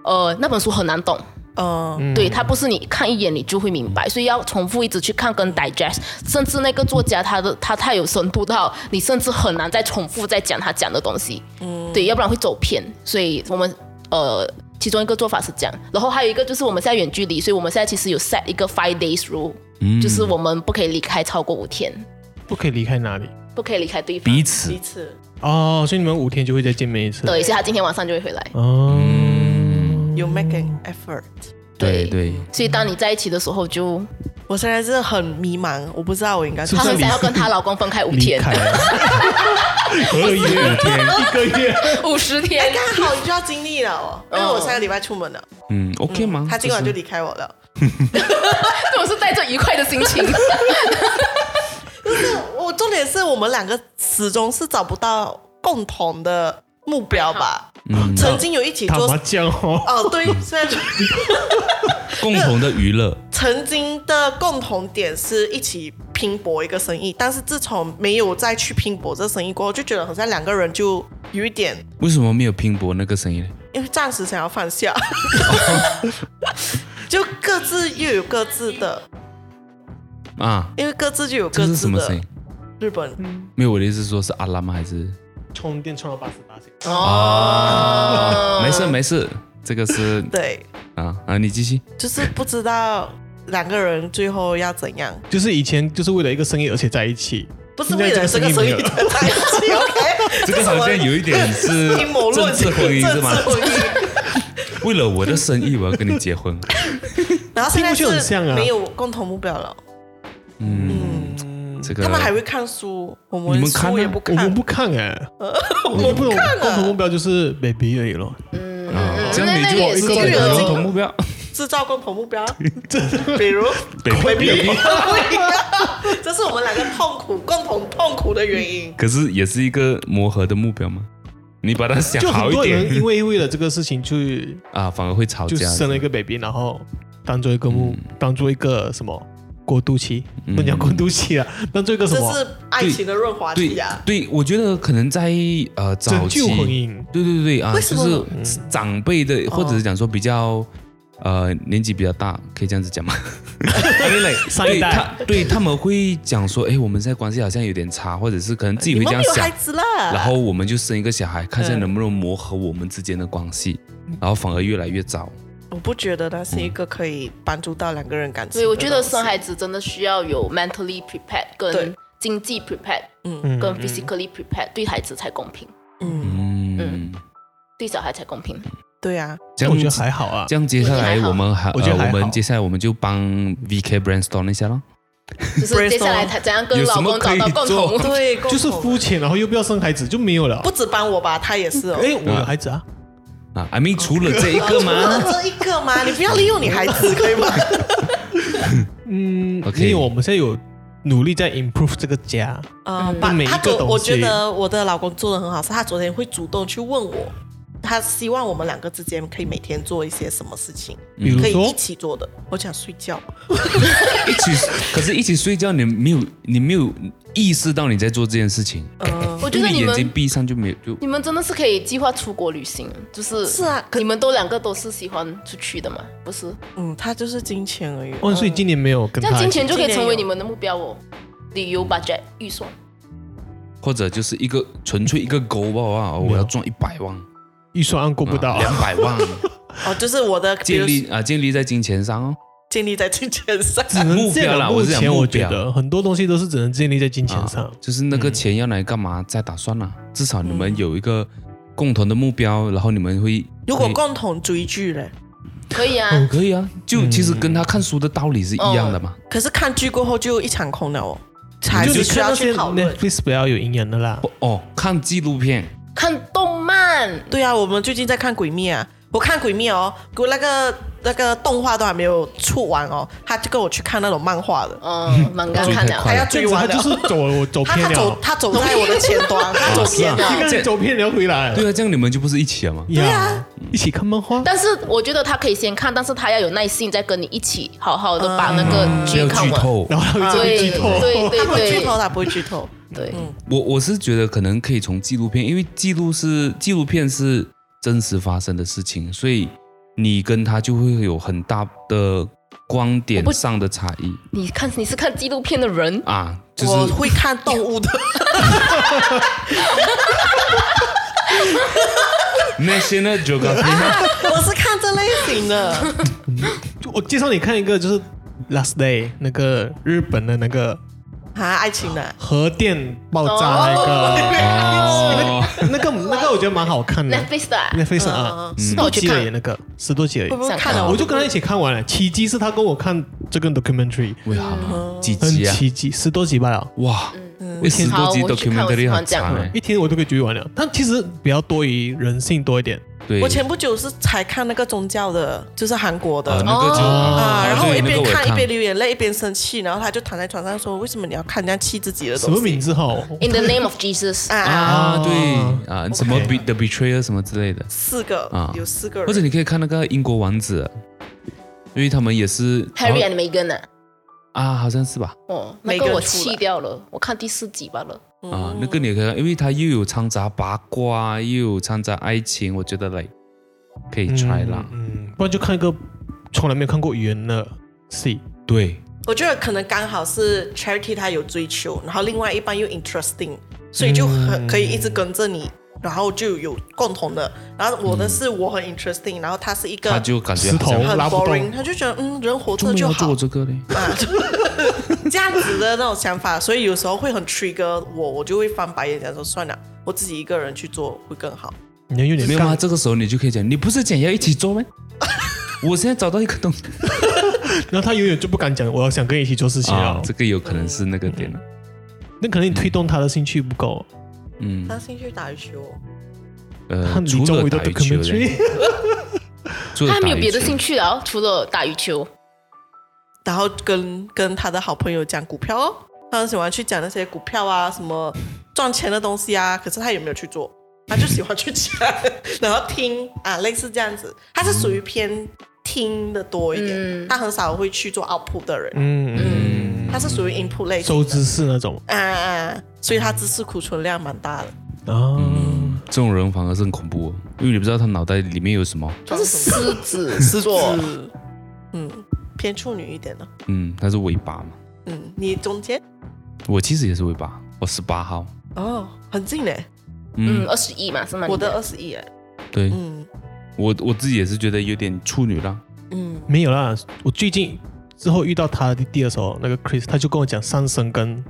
Speaker 4: 呃，那本书很难懂，
Speaker 3: 嗯，
Speaker 4: 对，它不是你看一眼你就会明白，所以要重复一直去看跟 digest，甚至那个作家他的他太有深度到你甚至很难再重复再讲他讲的东西，
Speaker 3: 嗯
Speaker 4: 对，要不然会走偏。所以我们呃其中一个做法是这样，然后还有一个就是我们现在远距离，所以我们现在其实有 set 一个 five days rule，、就是
Speaker 1: 嗯
Speaker 4: 我们不可以离开超过五天，
Speaker 2: 不可以离开哪里。
Speaker 4: 不可以离开对方
Speaker 1: 彼。此
Speaker 3: 彼此
Speaker 2: 哦，所以你们五天就会再见面一次。
Speaker 4: 对，所以他今天晚上就会回来。
Speaker 2: 哦，
Speaker 3: you make an effort。
Speaker 1: 对
Speaker 4: 对
Speaker 1: 对，
Speaker 4: 所以当你在一起的时候就，
Speaker 3: 我现在是很迷茫，我不知道我应该
Speaker 2: 是
Speaker 4: 她
Speaker 2: 不是
Speaker 4: 很
Speaker 2: 离
Speaker 4: 想要跟她老公分开五
Speaker 2: 离
Speaker 4: 天、 [LAUGHS]
Speaker 2: 开，合约一个月，
Speaker 4: 五十
Speaker 3: 哎，
Speaker 4: 天，
Speaker 3: 刚好你就要经历了哦，
Speaker 2: 嗯
Speaker 3: 因为我上个礼拜出门了，
Speaker 1: 嗯，OK 吗？
Speaker 3: 他今晚就
Speaker 1: 就是
Speaker 3: 离开我了。
Speaker 4: 这我是带着愉快的心
Speaker 1: [LAUGHS]
Speaker 4: 情。
Speaker 3: 我重点是我们两个始终是找不到共同的目标吧？ [LAUGHS]
Speaker 1: 嗯
Speaker 3: 曾经有一起
Speaker 2: 打
Speaker 3: 做
Speaker 2: 麻将哦。
Speaker 3: 哦，对，虽然说
Speaker 1: 共同的娱乐，
Speaker 3: 曾经的共同点是一起拼搏一个生意，但是自从没有再去拼搏这生意过后，就觉得好像两个人就有一点，
Speaker 1: 为什么没有拼搏那个声音呢？
Speaker 3: 因为暂时想要
Speaker 2: [LAUGHS]
Speaker 3: 放下， [LAUGHS] 就各自又有各自的，
Speaker 1: 啊，
Speaker 3: 因为各自就有各
Speaker 1: 这是什
Speaker 3: 自
Speaker 1: 么声
Speaker 3: 的
Speaker 1: 音？
Speaker 3: 日本。
Speaker 2: 嗯
Speaker 1: 没有，我的意思是说是阿拉吗？还是
Speaker 2: 充电充到八十八岁，
Speaker 1: 哦
Speaker 4: 哦，
Speaker 1: 啊没事没事，这个是
Speaker 3: 对，
Speaker 1: 啊啊，你
Speaker 3: [LAUGHS]
Speaker 1: 继续。
Speaker 3: 就是不知道两个人最后要怎样，
Speaker 2: 就是以前就是为了一个生意而且在一起，
Speaker 3: 不是为了这个生意的在一起。OK， [LAUGHS]
Speaker 1: [LAUGHS] 这个好像有一点是
Speaker 3: 阴谋论
Speaker 1: 政治婚
Speaker 3: [LAUGHS]
Speaker 1: 姻是吗？
Speaker 3: 政治婚姻
Speaker 1: 为了我的生意，我要跟你结婚。
Speaker 3: 然后现在
Speaker 2: 听过去很
Speaker 3: 是
Speaker 2: 像啊
Speaker 3: 没有共同目标了，
Speaker 1: 嗯，这个
Speaker 3: 他们还会看书，我
Speaker 1: 你
Speaker 3: 们
Speaker 1: 们看啊
Speaker 3: 书也不
Speaker 2: 我们
Speaker 3: 看。
Speaker 2: 不看哎，我不懂，
Speaker 4: 啊
Speaker 2: 共同目标就是 baby 而已咯。
Speaker 1: 啊这样
Speaker 4: 那
Speaker 1: 你
Speaker 4: 那也
Speaker 1: 就是制造
Speaker 4: 一
Speaker 1: 你
Speaker 4: 个
Speaker 1: 的共同目标，
Speaker 3: 制造共同目标，比
Speaker 1: [LAUGHS]
Speaker 3: 如
Speaker 1: baby。
Speaker 3: 这是我们两个痛苦共同痛苦的原因。
Speaker 1: 可是也是一个磨合的目标吗？你把它想
Speaker 2: 就很
Speaker 1: 好一
Speaker 2: 多人因
Speaker 1: 点
Speaker 2: 为为了这个事
Speaker 1: [LAUGHS]
Speaker 2: 情去
Speaker 1: 啊，反而会吵
Speaker 2: 就
Speaker 1: 架。
Speaker 2: 生了一个 baby，然后当做一个目，
Speaker 1: 嗯
Speaker 2: 当做一个什么过渡期，不能讲过渡期啊，
Speaker 1: 嗯
Speaker 2: 当做一个什
Speaker 3: 这
Speaker 2: 么
Speaker 3: 是爱情的润滑
Speaker 1: 对
Speaker 3: 剂啊！
Speaker 1: 对，我觉得可能在呃早
Speaker 2: 拯救婚
Speaker 1: 期，
Speaker 2: 姻。嗯
Speaker 1: 对对对啊，
Speaker 3: 为什么
Speaker 1: 就是长辈的，或者是讲说比较呃年纪比较大，可以这样子讲
Speaker 2: [LAUGHS]
Speaker 1: 吗？因为
Speaker 2: 上一
Speaker 1: 对
Speaker 2: 代
Speaker 1: 他对他们会讲说，哎，我们现在关系好像有点差，或者是可能自己
Speaker 3: 你
Speaker 1: 会
Speaker 3: 们
Speaker 1: 这样
Speaker 3: 没有
Speaker 1: 想
Speaker 3: 孩。子啦，
Speaker 1: 然后我们就生一个小孩，
Speaker 4: 嗯
Speaker 1: 看一下能不能磨合我们之间的关系，然后反而越来越糟。
Speaker 3: 我不觉得那是一个可以帮助到两个人感情。
Speaker 4: 所以我觉得生孩子真的需要有 mentally prepared
Speaker 3: 对
Speaker 4: 跟经济 prepared，嗯，跟 physically prepared，对孩子才公平，
Speaker 1: 嗯
Speaker 4: 嗯，对小孩才公
Speaker 1: [LAUGHS]
Speaker 4: 平。
Speaker 3: 对啊，
Speaker 1: 这样
Speaker 2: 我觉得还好啊
Speaker 1: 这，样接下来我们还
Speaker 2: 我觉得
Speaker 1: 呃、
Speaker 2: 还好我觉得还好
Speaker 1: 我们接下来我们就帮 VK brainstorm 一下咯。
Speaker 4: 就是接下来他怎样跟老公找到共
Speaker 1: 有什么可以
Speaker 4: 同，
Speaker 3: 对，共
Speaker 2: 就
Speaker 3: 同
Speaker 2: 是肤浅，然后又不要生孩子就没有了。
Speaker 3: 不止帮我吧，他也是哦。
Speaker 2: 哎，我有孩子啊，
Speaker 1: 啊，I
Speaker 4: 哦
Speaker 1: mean 除了这一个
Speaker 3: 哦除
Speaker 4: [LAUGHS]
Speaker 3: 了
Speaker 1: 吗
Speaker 3: 这一个吗？你不要利用你孩子可以吗？
Speaker 2: 嗯，
Speaker 1: OK
Speaker 2: 因为我们现在有努力在 improve 这个家。
Speaker 3: 啊，
Speaker 2: 就
Speaker 3: 把
Speaker 2: 每一
Speaker 3: 他
Speaker 2: 个
Speaker 3: 昨
Speaker 2: 东
Speaker 3: 我觉
Speaker 2: 西
Speaker 3: 得我的老公做的很好，是他昨天会主动去问我，他希望我们两个之间可以每天做一些什么事情，
Speaker 1: 嗯
Speaker 2: 比如
Speaker 3: 可以一
Speaker 2: 说，
Speaker 3: 起做的。我想睡觉，
Speaker 1: 一起，可是一起睡觉，你没有，你没有意识到你在做这件事情，
Speaker 4: 哦 [LAUGHS] 我觉
Speaker 1: 因
Speaker 4: 得
Speaker 1: 为
Speaker 4: 你
Speaker 1: 眼睛
Speaker 4: 们
Speaker 1: 闭上就没有，就
Speaker 4: 你们真的是可以计划出国旅行，就是
Speaker 3: 是啊可
Speaker 4: 你们都两个都是喜欢出去的嘛，不是？
Speaker 3: 嗯，他就是金钱而已。
Speaker 2: 哦，所以今年没有跟
Speaker 4: 这样
Speaker 2: 他一
Speaker 4: 金
Speaker 2: 起。
Speaker 4: 钱就可以成为
Speaker 3: 今年有
Speaker 4: 你们的目标哦。旅游 budget 预算，
Speaker 1: 或者就是一个纯粹一个勾吧，好不好？我要赚一百万，
Speaker 2: 预算案过不到，
Speaker 1: 两百
Speaker 4: [LAUGHS]
Speaker 1: 万，
Speaker 3: 哦，就是我的比
Speaker 1: 建
Speaker 3: 如
Speaker 1: 立啊，建立在金钱上哦。
Speaker 3: 建立在金钱上。
Speaker 2: 只能
Speaker 1: 目
Speaker 2: 这
Speaker 1: 标
Speaker 2: 样
Speaker 1: 啦
Speaker 2: 目
Speaker 1: 我是讲
Speaker 2: 前
Speaker 1: 目
Speaker 2: 我觉
Speaker 1: 标
Speaker 2: 得很多东西都是只能建立在金钱上。
Speaker 1: 啊就是嗯那个钱要拿来干嘛再打算啦、至少你们有一个共同的目标，然后你们会
Speaker 3: 如果
Speaker 1: 会
Speaker 3: 共同追剧嘞，
Speaker 4: 可以啊。
Speaker 1: 哦可以啊，就其实跟他看书的道理是一样的嘛。
Speaker 3: 可是看剧过后就一场空了哦，才
Speaker 2: 就你
Speaker 3: 是需
Speaker 2: 看
Speaker 3: 要
Speaker 2: 那
Speaker 3: 去
Speaker 2: 些
Speaker 3: 讨论。
Speaker 2: Netflix 比较有营养的啦，
Speaker 1: 哦哦，看纪录片，
Speaker 4: 看动漫，
Speaker 3: 对啊，我们最近在看《鬼灭》啊，我看《鬼灭》哦，我那个那个动画都还没有出完哦，他就跟我去看那种漫画的。
Speaker 4: 嗯，蛮刚
Speaker 1: 追
Speaker 4: 看
Speaker 1: 太快
Speaker 3: 还
Speaker 4: 了。
Speaker 3: 要
Speaker 2: 哎这
Speaker 3: 追
Speaker 2: 样子他
Speaker 3: 完了，
Speaker 2: 就是走我走
Speaker 3: 他
Speaker 2: 偏
Speaker 3: 他
Speaker 2: 了啊
Speaker 3: 走，他走在我的前端，他走
Speaker 2: [LAUGHS]
Speaker 3: 偏
Speaker 1: 是
Speaker 2: 一
Speaker 3: 了。
Speaker 2: 个人走偏了回来。
Speaker 1: 对啊，这样你们就不是一起了吗？
Speaker 2: 对啊呀，一起看漫画。
Speaker 4: 但是我觉得他可以先看，但是他要有耐心，再跟你一起好好的把那个
Speaker 1: 不
Speaker 4: 剧
Speaker 1: 要嗯
Speaker 4: 看
Speaker 1: 剧
Speaker 4: 完。
Speaker 1: 透。
Speaker 2: 然后他会
Speaker 4: 对
Speaker 2: 剧透，
Speaker 4: 对对
Speaker 3: 他不会剧透，
Speaker 4: 对
Speaker 3: 他不会剧透。
Speaker 4: 对，
Speaker 1: 我我是觉得可能可以从纪录片，因为记录是纪录片是真实发生的事情，所以你跟他就会有很大的观点上的差异
Speaker 4: 你看你是看纪录片的人，
Speaker 1: 啊，就
Speaker 3: 我
Speaker 1: 是
Speaker 3: 会看动
Speaker 2: [LAUGHS]
Speaker 3: 物的，
Speaker 4: [LAUGHS]
Speaker 1: National Geographic
Speaker 3: 我是看这类型的。
Speaker 2: 就我介绍你看一个，就是 Last Day 那个日本的那个
Speaker 3: 啊，爱情的，
Speaker 2: 核电爆哦炸那 [LAUGHS] 个，
Speaker 1: 哦，
Speaker 2: 那个那个我觉得蛮好看的。
Speaker 4: [LAUGHS] Netflix 的啊，
Speaker 2: 那非常啊，十多集而已，那个十多集而已
Speaker 3: 会。不会看啊
Speaker 4: 想
Speaker 3: 了
Speaker 4: 看
Speaker 2: 我就跟他一起看啊完了，奇迹是他跟我看这个 documentary，
Speaker 1: 为好几
Speaker 2: 很
Speaker 1: 集啊？
Speaker 2: 奇迹，十多集罢了，
Speaker 1: 哇，为十多集
Speaker 4: 好我去看我
Speaker 1: documentary
Speaker 4: 喜欢
Speaker 1: 很
Speaker 4: 这样
Speaker 1: 长哎、
Speaker 2: 一天我都可以追完了。但其实比较多于人性多一点，
Speaker 1: 对，
Speaker 3: 我前不久是才看那个宗教的，就是韩国的
Speaker 1: 啊那个就
Speaker 4: 哦
Speaker 3: 啊，然后我
Speaker 1: 对
Speaker 3: 一
Speaker 1: 那个
Speaker 3: 边
Speaker 1: 我也
Speaker 3: 看
Speaker 1: 看
Speaker 3: 一边流眼泪，一边生气，然后他就躺在床上说：“为什么你要看这样气自己的
Speaker 2: 什
Speaker 3: 东
Speaker 2: 么
Speaker 3: 西
Speaker 2: 名字哈？
Speaker 4: In the name of Jesus，
Speaker 3: 啊啊？”
Speaker 1: 啊，对啊，什么
Speaker 2: OK
Speaker 1: be the betrayer 什么之类的，
Speaker 3: 四个
Speaker 1: 啊
Speaker 3: 有四个人，
Speaker 1: 或者你可以看那个英国王子，因为他们也是
Speaker 4: Harry and Meghan 啊，
Speaker 1: 啊，好像是吧？
Speaker 4: 哦，那
Speaker 3: Meghan
Speaker 4: 个
Speaker 3: 出
Speaker 4: 我
Speaker 3: 来
Speaker 4: 弃掉了，我看第四集罢了。
Speaker 3: 嗯
Speaker 1: 啊，那个你也可以看，因为它又有掺杂八卦，又有掺杂爱情，我觉得 like 可以 try 啦。
Speaker 2: 嗯，不然就看一个从来没有看过语言的 C，
Speaker 1: 对，
Speaker 3: 我觉得可能刚好是 Charity 他有追求，然后另外一半又 interesting，所以就很可以一直跟着你。然后就有共同的，然后我的是我很 interesting，、然后他是一个
Speaker 1: 嗯他就感觉
Speaker 2: 石
Speaker 1: 好像
Speaker 2: 头
Speaker 3: 很
Speaker 2: 拉不动
Speaker 3: boring，他就觉得嗯，人活
Speaker 1: 就
Speaker 3: 着
Speaker 1: 没
Speaker 3: 就
Speaker 1: 有
Speaker 3: 好
Speaker 1: 做，这个嘞。
Speaker 3: [LAUGHS] 这样子的那种想法，所以有时候会很 trigger 我，我就会翻白眼，讲说算了，我自己一个人去做会更好。
Speaker 2: 你要有点
Speaker 1: 没有
Speaker 2: 杠
Speaker 1: 吗？ [LAUGHS] 这个时候你就可以讲，你不是讲要一起做
Speaker 4: [LAUGHS]
Speaker 1: 吗？我现在找到一个东西
Speaker 2: 然后他永远就不敢讲，我要想跟你一起做事情
Speaker 1: 啊
Speaker 2: 啊，。
Speaker 1: 这个有可能是那个点了。
Speaker 2: 那可能你推动他的兴趣不够，
Speaker 1: 嗯，
Speaker 3: 他兴趣打羽球，
Speaker 1: 呃，
Speaker 2: 看你
Speaker 1: 除
Speaker 2: 周
Speaker 1: 了
Speaker 2: 围的
Speaker 1: 打羽球嘞，
Speaker 2: [LAUGHS] documentary，
Speaker 1: 除了
Speaker 4: 他还没有别的
Speaker 1: 打羽球
Speaker 4: 兴趣了，除了打羽球。
Speaker 3: 然后跟跟他的好朋友讲股票哦，他很喜欢去讲那些股票啊，什么赚钱的东西啊，可是他也没有去做，他就喜欢去讲， [LAUGHS] 然后听啊，类似这样子，他是属于偏听的多一点，
Speaker 4: 嗯
Speaker 3: 他很少会去做 output 的人，
Speaker 2: 嗯嗯，
Speaker 3: 他是属于 input 类型
Speaker 2: 收
Speaker 3: 的
Speaker 2: 知识那种
Speaker 3: 啊啊，啊所以他知识库存量蛮大的。
Speaker 2: 啊。
Speaker 1: 嗯这种人反而是很恐怖哦，因为你不知道他脑袋里面有什么。
Speaker 4: 他是狮子座，
Speaker 3: 是，嗯，偏处女一点的。
Speaker 1: 嗯，他是尾巴嘛，
Speaker 3: 嗯，你中间
Speaker 1: 我其实也是尾巴，我十八号。
Speaker 3: 哦，很近嘞，
Speaker 1: 嗯
Speaker 4: 嗯，，二十一嘛是吗？
Speaker 3: 我的二十一哎，
Speaker 1: 对
Speaker 3: 嗯
Speaker 1: 我我自己也是觉得有点处女浪。
Speaker 3: 嗯，
Speaker 2: 没有啦，我最近之后遇到他的第二首那个 Chris，他就跟我讲上升跟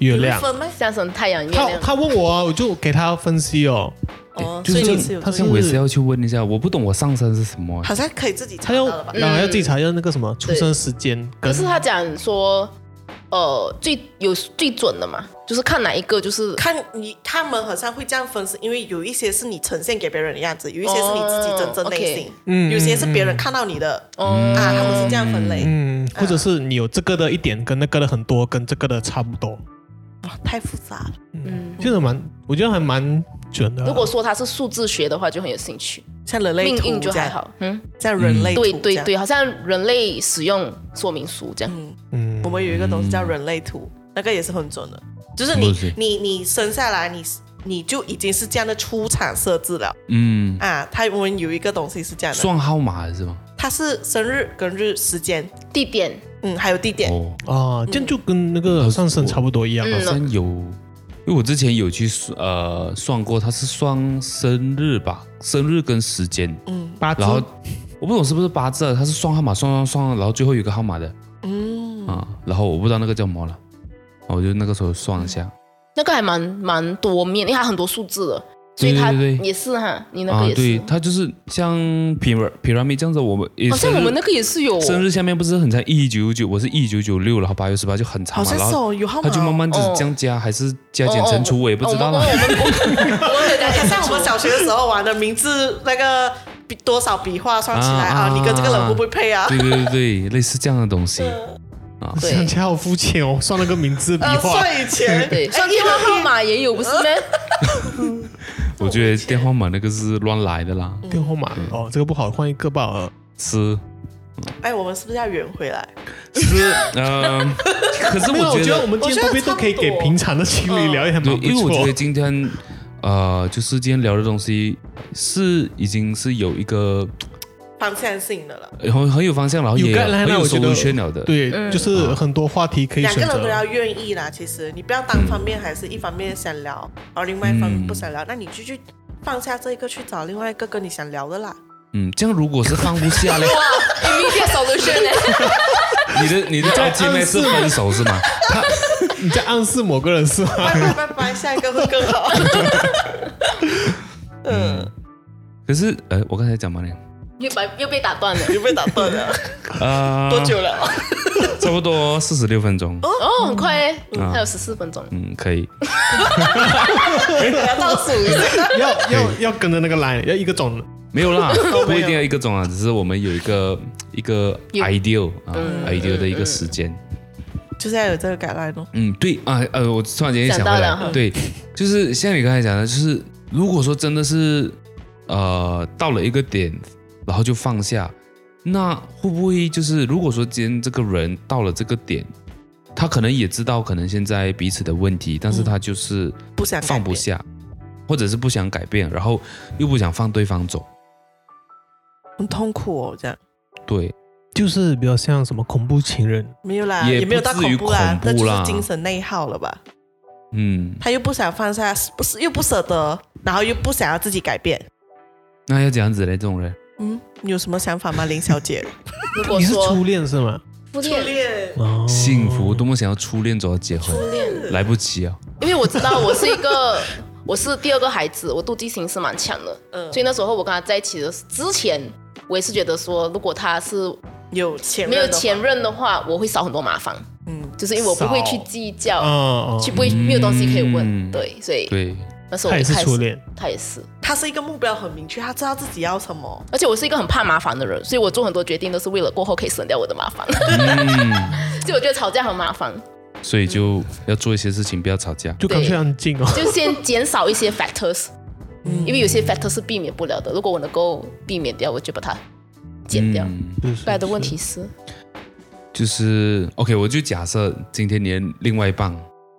Speaker 2: 月亮。
Speaker 3: 分吗？
Speaker 4: 像什么太阳、月
Speaker 2: 他
Speaker 4: 亮，
Speaker 2: 他问我啊，我就给他分析哦。
Speaker 3: 哦，
Speaker 1: 就
Speaker 3: 所
Speaker 1: 是
Speaker 3: 以你是有
Speaker 2: 他
Speaker 1: 像
Speaker 3: 中
Speaker 1: 我
Speaker 3: 间
Speaker 1: 也是要去问一下，我不懂我上身是什么、
Speaker 3: 好像可以自己查
Speaker 2: 他要
Speaker 1: 嗯
Speaker 3: 到了吧？
Speaker 2: 然后要自己查一下那个什么出
Speaker 4: 对
Speaker 2: 生时间
Speaker 4: 可
Speaker 2: 跟
Speaker 4: 是他讲说呃最有最准的嘛，就是看哪一个就是
Speaker 3: 看你他们好像会这样分，是因为有一些是你呈现给别人的样子，有一些是你自己真正内心，有些是别人看到你的、
Speaker 1: 嗯
Speaker 4: 呃
Speaker 3: 啊，他们是这样分类。
Speaker 2: 嗯，或者是你有这个的一点，跟那个的很多，跟这个的差不多，
Speaker 3: 嗯哇，哦太复杂了。
Speaker 4: 嗯，
Speaker 2: 其实蛮，我觉得还蛮准的啊。
Speaker 4: 如果说它是数字学的话，就很有兴趣。
Speaker 3: 像人类
Speaker 4: 命
Speaker 3: 图
Speaker 4: 运就
Speaker 3: 这
Speaker 4: 还
Speaker 3: 样，
Speaker 4: 好，嗯，
Speaker 3: 像人类图
Speaker 4: 对对
Speaker 3: 这样
Speaker 4: 对，好像人类使用说明书这样。
Speaker 2: 嗯
Speaker 3: 我们有一个东西叫人类图，那个也是很准的，就是
Speaker 1: 嗯什么
Speaker 3: 你
Speaker 1: 东西
Speaker 3: 你你生下来你你就已经是这样的出厂设置了
Speaker 1: 嗯，
Speaker 3: 啊。他我们有一个东西是这样的，
Speaker 1: 算号码是吗？
Speaker 3: 它是生日跟日时间，
Speaker 4: 地点，
Speaker 3: 嗯，还有地点，
Speaker 1: 哦，
Speaker 2: 啊，这样就跟那个上身差不多一样啊
Speaker 1: 好
Speaker 3: 嗯
Speaker 2: 了。
Speaker 1: 像有，因为我之前有去算呃算过，它是算生日吧，生日跟时间，
Speaker 3: 嗯
Speaker 2: 八字
Speaker 1: 然后我不懂是不是八字啊，它是算号码算算算，然后最后有一个号码的
Speaker 3: 嗯
Speaker 1: 啊，然后我不知道那个叫什么了，然后我就那个时候算了一下，
Speaker 4: 那个还蛮蛮多面，因为它很多数字的，所以
Speaker 1: 对对
Speaker 4: 它
Speaker 1: 对
Speaker 4: 也是哈，你那
Speaker 1: 啊
Speaker 4: 个，也
Speaker 1: 对，
Speaker 4: 是，
Speaker 1: 它就是像 pyramid pyramid 这样子，我们也
Speaker 4: 好像
Speaker 1: 生日
Speaker 4: 我们那个也是有哦
Speaker 1: 生日下面不是很长一九九，我是一九九六，然后八月十八就很长嘛，
Speaker 3: 好像
Speaker 1: 然
Speaker 3: 是
Speaker 1: 后
Speaker 3: 哦，有号码
Speaker 1: 他
Speaker 3: 哦。
Speaker 1: 就慢慢就是
Speaker 4: 哦
Speaker 1: 这样加，还是加减乘除，我也不知道
Speaker 4: 了。
Speaker 1: 了
Speaker 4: 我。们我们我们没有加
Speaker 3: 它
Speaker 4: 减乘
Speaker 3: 像我
Speaker 4: 除
Speaker 3: 们小学的时候玩的名字那个笔多少笔画算起来
Speaker 1: 啊
Speaker 3: 啊，
Speaker 1: 啊
Speaker 3: 你跟这个人会不会配啊？
Speaker 1: 对对对对，类似这样的东西
Speaker 4: 嗯
Speaker 1: 啊，
Speaker 4: 对
Speaker 2: 想起来好肤浅哦，算了个名字笔
Speaker 3: 嗯呃，
Speaker 2: 画，
Speaker 3: 算以
Speaker 1: [LAUGHS]
Speaker 3: 前
Speaker 4: 对，像电话号码
Speaker 3: [LAUGHS]
Speaker 4: 也有，不是吗？哎
Speaker 1: 我觉得电话号码那个是乱来的啦，
Speaker 2: 电话号
Speaker 1: 嗯
Speaker 2: 码哦，这个不好，换一个吧。呃
Speaker 1: 是
Speaker 3: 哎，我们是不是要圆回来？
Speaker 1: 是，嗯， [LAUGHS] 可是
Speaker 2: 没有，
Speaker 1: 我
Speaker 2: 我
Speaker 1: 觉
Speaker 2: 觉得我
Speaker 1: 得，
Speaker 2: 们今天
Speaker 3: 我觉得
Speaker 2: 都被
Speaker 3: 差
Speaker 2: 都
Speaker 3: 不
Speaker 2: 可以给
Speaker 3: 多
Speaker 2: 平常的情侣聊，也还蛮
Speaker 1: 对，
Speaker 2: 不
Speaker 1: 因为我觉
Speaker 2: 错
Speaker 1: 得。今天，呃，就是今天聊的东西是已经是有一个
Speaker 3: 方向性的了，
Speaker 1: 很很有方向，然后
Speaker 2: 有
Speaker 1: 也
Speaker 2: guideline
Speaker 1: 很
Speaker 2: 啊
Speaker 1: 有
Speaker 2: 我觉
Speaker 1: 收
Speaker 2: 得
Speaker 1: 入圈了的，
Speaker 2: 对，就是很多话题可以
Speaker 3: 嗯两
Speaker 2: 选
Speaker 3: 个
Speaker 2: 择
Speaker 3: 人都。要愿意啦。其实你不要单方面，还是一方面想聊，然后另外一方
Speaker 1: 嗯
Speaker 3: 面不想聊，那你就去放下这一个，去找另外一个跟你想聊的啦。
Speaker 1: 嗯，这样如果是放不下
Speaker 2: [LAUGHS]
Speaker 1: 嘞，
Speaker 4: 你明天 solution 呢？
Speaker 1: 你的你的
Speaker 2: 在
Speaker 1: 条件呢是
Speaker 2: 暗示
Speaker 1: 分手是吗？
Speaker 2: 你在暗示某个人是
Speaker 3: [LAUGHS]
Speaker 2: 吗？
Speaker 3: 拜拜拜拜，下一个会更
Speaker 1: [LAUGHS]
Speaker 3: 好。嗯，
Speaker 1: 可是，呃，我刚才讲嘛呢，
Speaker 4: 又把又被打断了。
Speaker 3: 又被打断了，
Speaker 1: 啊，
Speaker 3: 多久了？
Speaker 1: 差不多四十六分钟。
Speaker 4: 哦，很快哎，
Speaker 1: 嗯
Speaker 2: 啊
Speaker 4: 还有十四分钟。
Speaker 1: 嗯，可以。
Speaker 4: 要倒数一下。
Speaker 2: 要要要跟着那个来，要一个种。
Speaker 1: 没有
Speaker 2: [LAUGHS]
Speaker 1: 啦，不
Speaker 3: 没有
Speaker 1: 一定要一个钟啊，只是我们有一个一个
Speaker 4: 有
Speaker 1: ideal 啊，ideal
Speaker 2: 嗯
Speaker 1: 的一个时间。
Speaker 3: 就是要有这个改来咯。
Speaker 1: 嗯，对啊，呃，我突然间想
Speaker 4: 想
Speaker 1: 回
Speaker 4: 到了
Speaker 1: 来
Speaker 4: 哈，
Speaker 1: 对，就是像你刚才讲的，就是如果说真的是呃到了一个点，然后就放下，那会不会就是如果说今天这个人到了这个点，他可能也知道可能现在彼此的问题，但是他就是
Speaker 3: 不想改
Speaker 1: 放不
Speaker 3: 变
Speaker 1: 下，或者是不想改变，然后又不想放对方走，
Speaker 3: 很痛苦哦，这样
Speaker 1: 对，
Speaker 2: 就是比较像什么恐怖情人，
Speaker 3: 没有啦，
Speaker 1: 也
Speaker 3: 也没有到
Speaker 1: 不至于
Speaker 3: 怖啦，
Speaker 1: 恐怖
Speaker 3: 那
Speaker 1: 啦
Speaker 3: 就是精神内耗了吧？
Speaker 1: 嗯，
Speaker 3: 他又不想放下，是不是又不舍得，然后又不想要自己改变。
Speaker 1: 那要怎样子嘞？这种人，
Speaker 3: 嗯，你有什么想法吗，林小姐？
Speaker 4: [LAUGHS] 如果
Speaker 2: 你是
Speaker 4: 说
Speaker 2: 初恋是吗？
Speaker 4: 初恋，
Speaker 3: [LAUGHS] 恋
Speaker 2: 哦，
Speaker 1: 幸福多么想要初恋走到结婚，来不及啊！
Speaker 4: 因为我知道我是一个， [LAUGHS] 我是第二个孩子，我妒忌心是蛮强的。
Speaker 3: 嗯
Speaker 4: 所以那时候我跟他在一起的之前，我也是觉得说，如果他是
Speaker 3: 有前
Speaker 4: 没
Speaker 3: 任
Speaker 4: 有
Speaker 3: 的话
Speaker 4: 前任的话，我会少很多麻烦，
Speaker 3: 嗯，
Speaker 4: 就是因为我不会去
Speaker 2: 少
Speaker 4: 计较，
Speaker 2: 嗯
Speaker 4: 去不会没有东西可以问。
Speaker 1: 嗯
Speaker 4: 对，所以
Speaker 1: 对，
Speaker 4: 那时候
Speaker 2: 他
Speaker 4: 哦我
Speaker 2: 也
Speaker 4: 一
Speaker 2: 是
Speaker 4: 开始
Speaker 2: 初，恋，
Speaker 4: 他也是。
Speaker 3: 他是一个目标很明确，他知道自己要什么。
Speaker 4: 而且我是一个很怕麻烦的人，所以我做很多决定都是为了过后可以省掉我的麻烦。 [LAUGHS]
Speaker 1: 嗯，
Speaker 4: 所以我觉得吵架很麻烦，
Speaker 1: 所以就要做一些事情，不要吵架。
Speaker 2: 就干脆安静 [LAUGHS] 哦。
Speaker 4: 就先减少一些 factors，因为
Speaker 1: 嗯
Speaker 4: 有些 factors 是避免不了的。如果我能够避免掉，我就把它减掉。
Speaker 1: 嗯
Speaker 2: 就是
Speaker 4: 出来的问题是，
Speaker 1: 就是 OK，我就假设今天你的另外一半，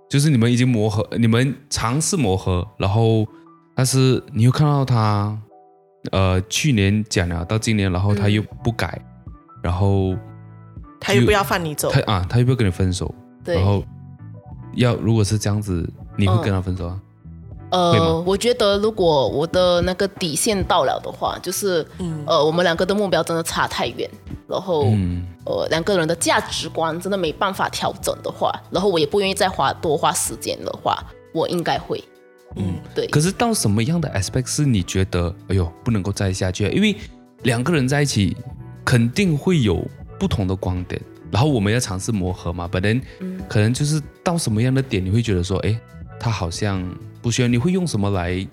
Speaker 1: 就是你们已经磨合，你们尝试磨合，然后但是你又看到他，呃，去年讲了到今年，然后他又不改，然后
Speaker 3: 他又不要放你走
Speaker 1: 他，啊，他又不要跟你分手，
Speaker 4: 对
Speaker 1: 然，后要如果是这样子，你会跟他分手啊？会
Speaker 4: 呃
Speaker 1: 吗，
Speaker 4: 我觉得如果我的那个底线到了的话，就是，呃，我们两个的目标真的差太远，然后，
Speaker 1: 嗯
Speaker 4: 呃，两个人的价值观真的没办法调整的话，然后我也不愿意再花多花时间的话，我应该会，
Speaker 3: 嗯，
Speaker 4: 对，
Speaker 1: 可是到什么样的 aspect 是你觉得，哎呦，不能够再下去了？因为两个人在一起，肯定会有不同的观点，然后我们要尝试磨合嘛，本人
Speaker 4: 嗯
Speaker 1: 可能就是到什么样的点，你会觉得说，哎，他好像不需要，你会用什么来，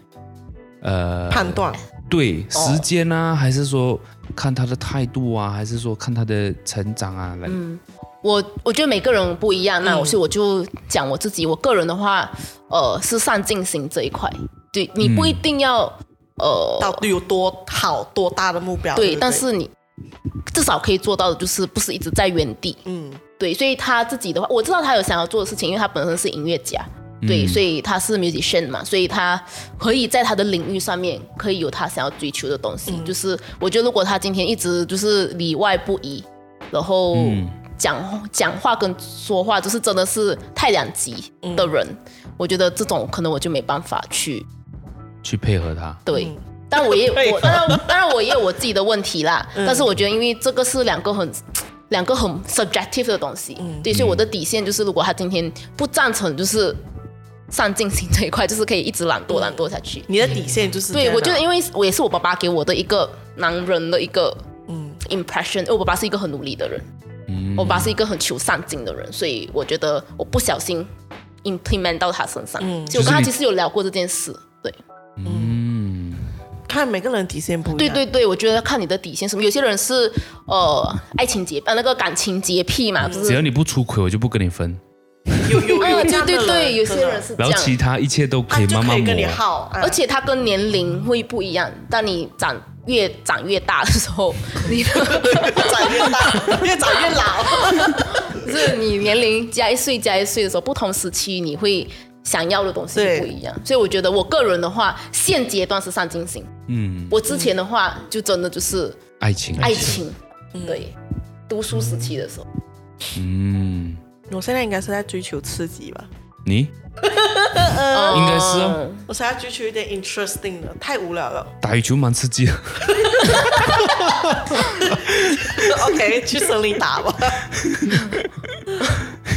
Speaker 1: 呃，
Speaker 3: 判断
Speaker 1: 对
Speaker 4: 哦
Speaker 1: 时间啊，还是说看他的态度啊，还是说看他的成长啊，来，
Speaker 4: 嗯我我觉得每个人不一样，那我
Speaker 3: 嗯
Speaker 4: 所以我就讲我自己，我个人的话，呃，是上进心这一块，对你不一定要、呃
Speaker 3: 到底有多好、多大的目标。对
Speaker 4: 对，
Speaker 3: 不对，
Speaker 4: 但是你至少可以做到的就是不是一直在原地，
Speaker 3: 嗯，
Speaker 4: 对，所以他自己的话，我知道他有想要做的事情，因为他本身是音乐家，
Speaker 1: 嗯
Speaker 4: 对，所以他是 musician 嘛，所以他可以在他的领域上面可以有他想要追求的东西。就是我觉得，如果他今天一直就是里外不一，然后
Speaker 1: 嗯
Speaker 4: 讲、讲话跟说话就是真的是太两极的人，
Speaker 3: 嗯
Speaker 4: 我觉得这种可能我就没办法去
Speaker 1: 去配合他，
Speaker 4: 对。
Speaker 3: 嗯
Speaker 4: 但我
Speaker 3: [LAUGHS]
Speaker 4: 也
Speaker 3: 配合
Speaker 4: 我当然当然我也有我自己的问题
Speaker 3: [LAUGHS]
Speaker 4: 啦，
Speaker 3: 嗯
Speaker 4: 但是我觉得因为这个是两个很两个很 subjective 的东西，
Speaker 3: 嗯
Speaker 4: 对，所以我的底线就是，如果他今天不赞成，就是上进心这一块， [LAUGHS] 就是可以一直懒惰懒惰下去。
Speaker 3: 你的底线嗯就是啊
Speaker 4: 对，我觉得因
Speaker 3: 为
Speaker 4: 为我也是我爸爸给我的一个男人的一个
Speaker 3: 嗯
Speaker 4: impression，因为我爸爸是一个很努力的人，
Speaker 1: 嗯
Speaker 4: 我爸爸是一个很求上进的人，所以我觉得我不小心 implement 到他身上，
Speaker 3: 嗯
Speaker 4: 所以我跟他
Speaker 1: 就是你
Speaker 4: 其实有聊过这件事，对。
Speaker 1: 嗯，
Speaker 3: 看每个人底线不一样。
Speaker 4: 对对对，我觉得看你的底线什么，有些人是呃爱情洁呃那个感情洁癖嘛，啊就
Speaker 1: 只
Speaker 4: 是
Speaker 1: 要你不出轨，我就不跟你分，
Speaker 3: 有有
Speaker 4: 啊
Speaker 3: 有这
Speaker 4: 对
Speaker 3: 样的
Speaker 4: 对对，有
Speaker 3: 真
Speaker 4: 些
Speaker 3: 的
Speaker 4: 人是这
Speaker 1: 然后
Speaker 4: 样，
Speaker 1: 其他一切都可
Speaker 3: 他
Speaker 1: 以
Speaker 3: 就
Speaker 1: 慢
Speaker 3: 可
Speaker 1: 慢
Speaker 3: 以
Speaker 1: 磨
Speaker 3: 跟，你耗，啊
Speaker 4: 而且他跟年龄会不一样，当你长越长越大的时候，你的 [LAUGHS]
Speaker 3: 越长越大，嗯 [LAUGHS] 越长越老。
Speaker 4: 就是你年龄加一岁加一岁的时候，不同时期你会想要的东西
Speaker 3: 对
Speaker 4: 不一样，所以我觉得我个人的话，现阶段是上进心，
Speaker 1: 嗯，
Speaker 4: 我之前的话就真的就是
Speaker 1: 爱情，
Speaker 4: 爱情，对，读书时期的时候。
Speaker 1: 嗯，
Speaker 3: [LAUGHS] 我现在应该是在追求刺激吧， [LAUGHS]
Speaker 1: 你应该是哦
Speaker 4: 嗯
Speaker 3: 我想要追求一点 interesting 的，太无聊了。
Speaker 1: 打羽球蛮刺激的，
Speaker 3: [LAUGHS] OK，去 [LAUGHS] 森林打吧。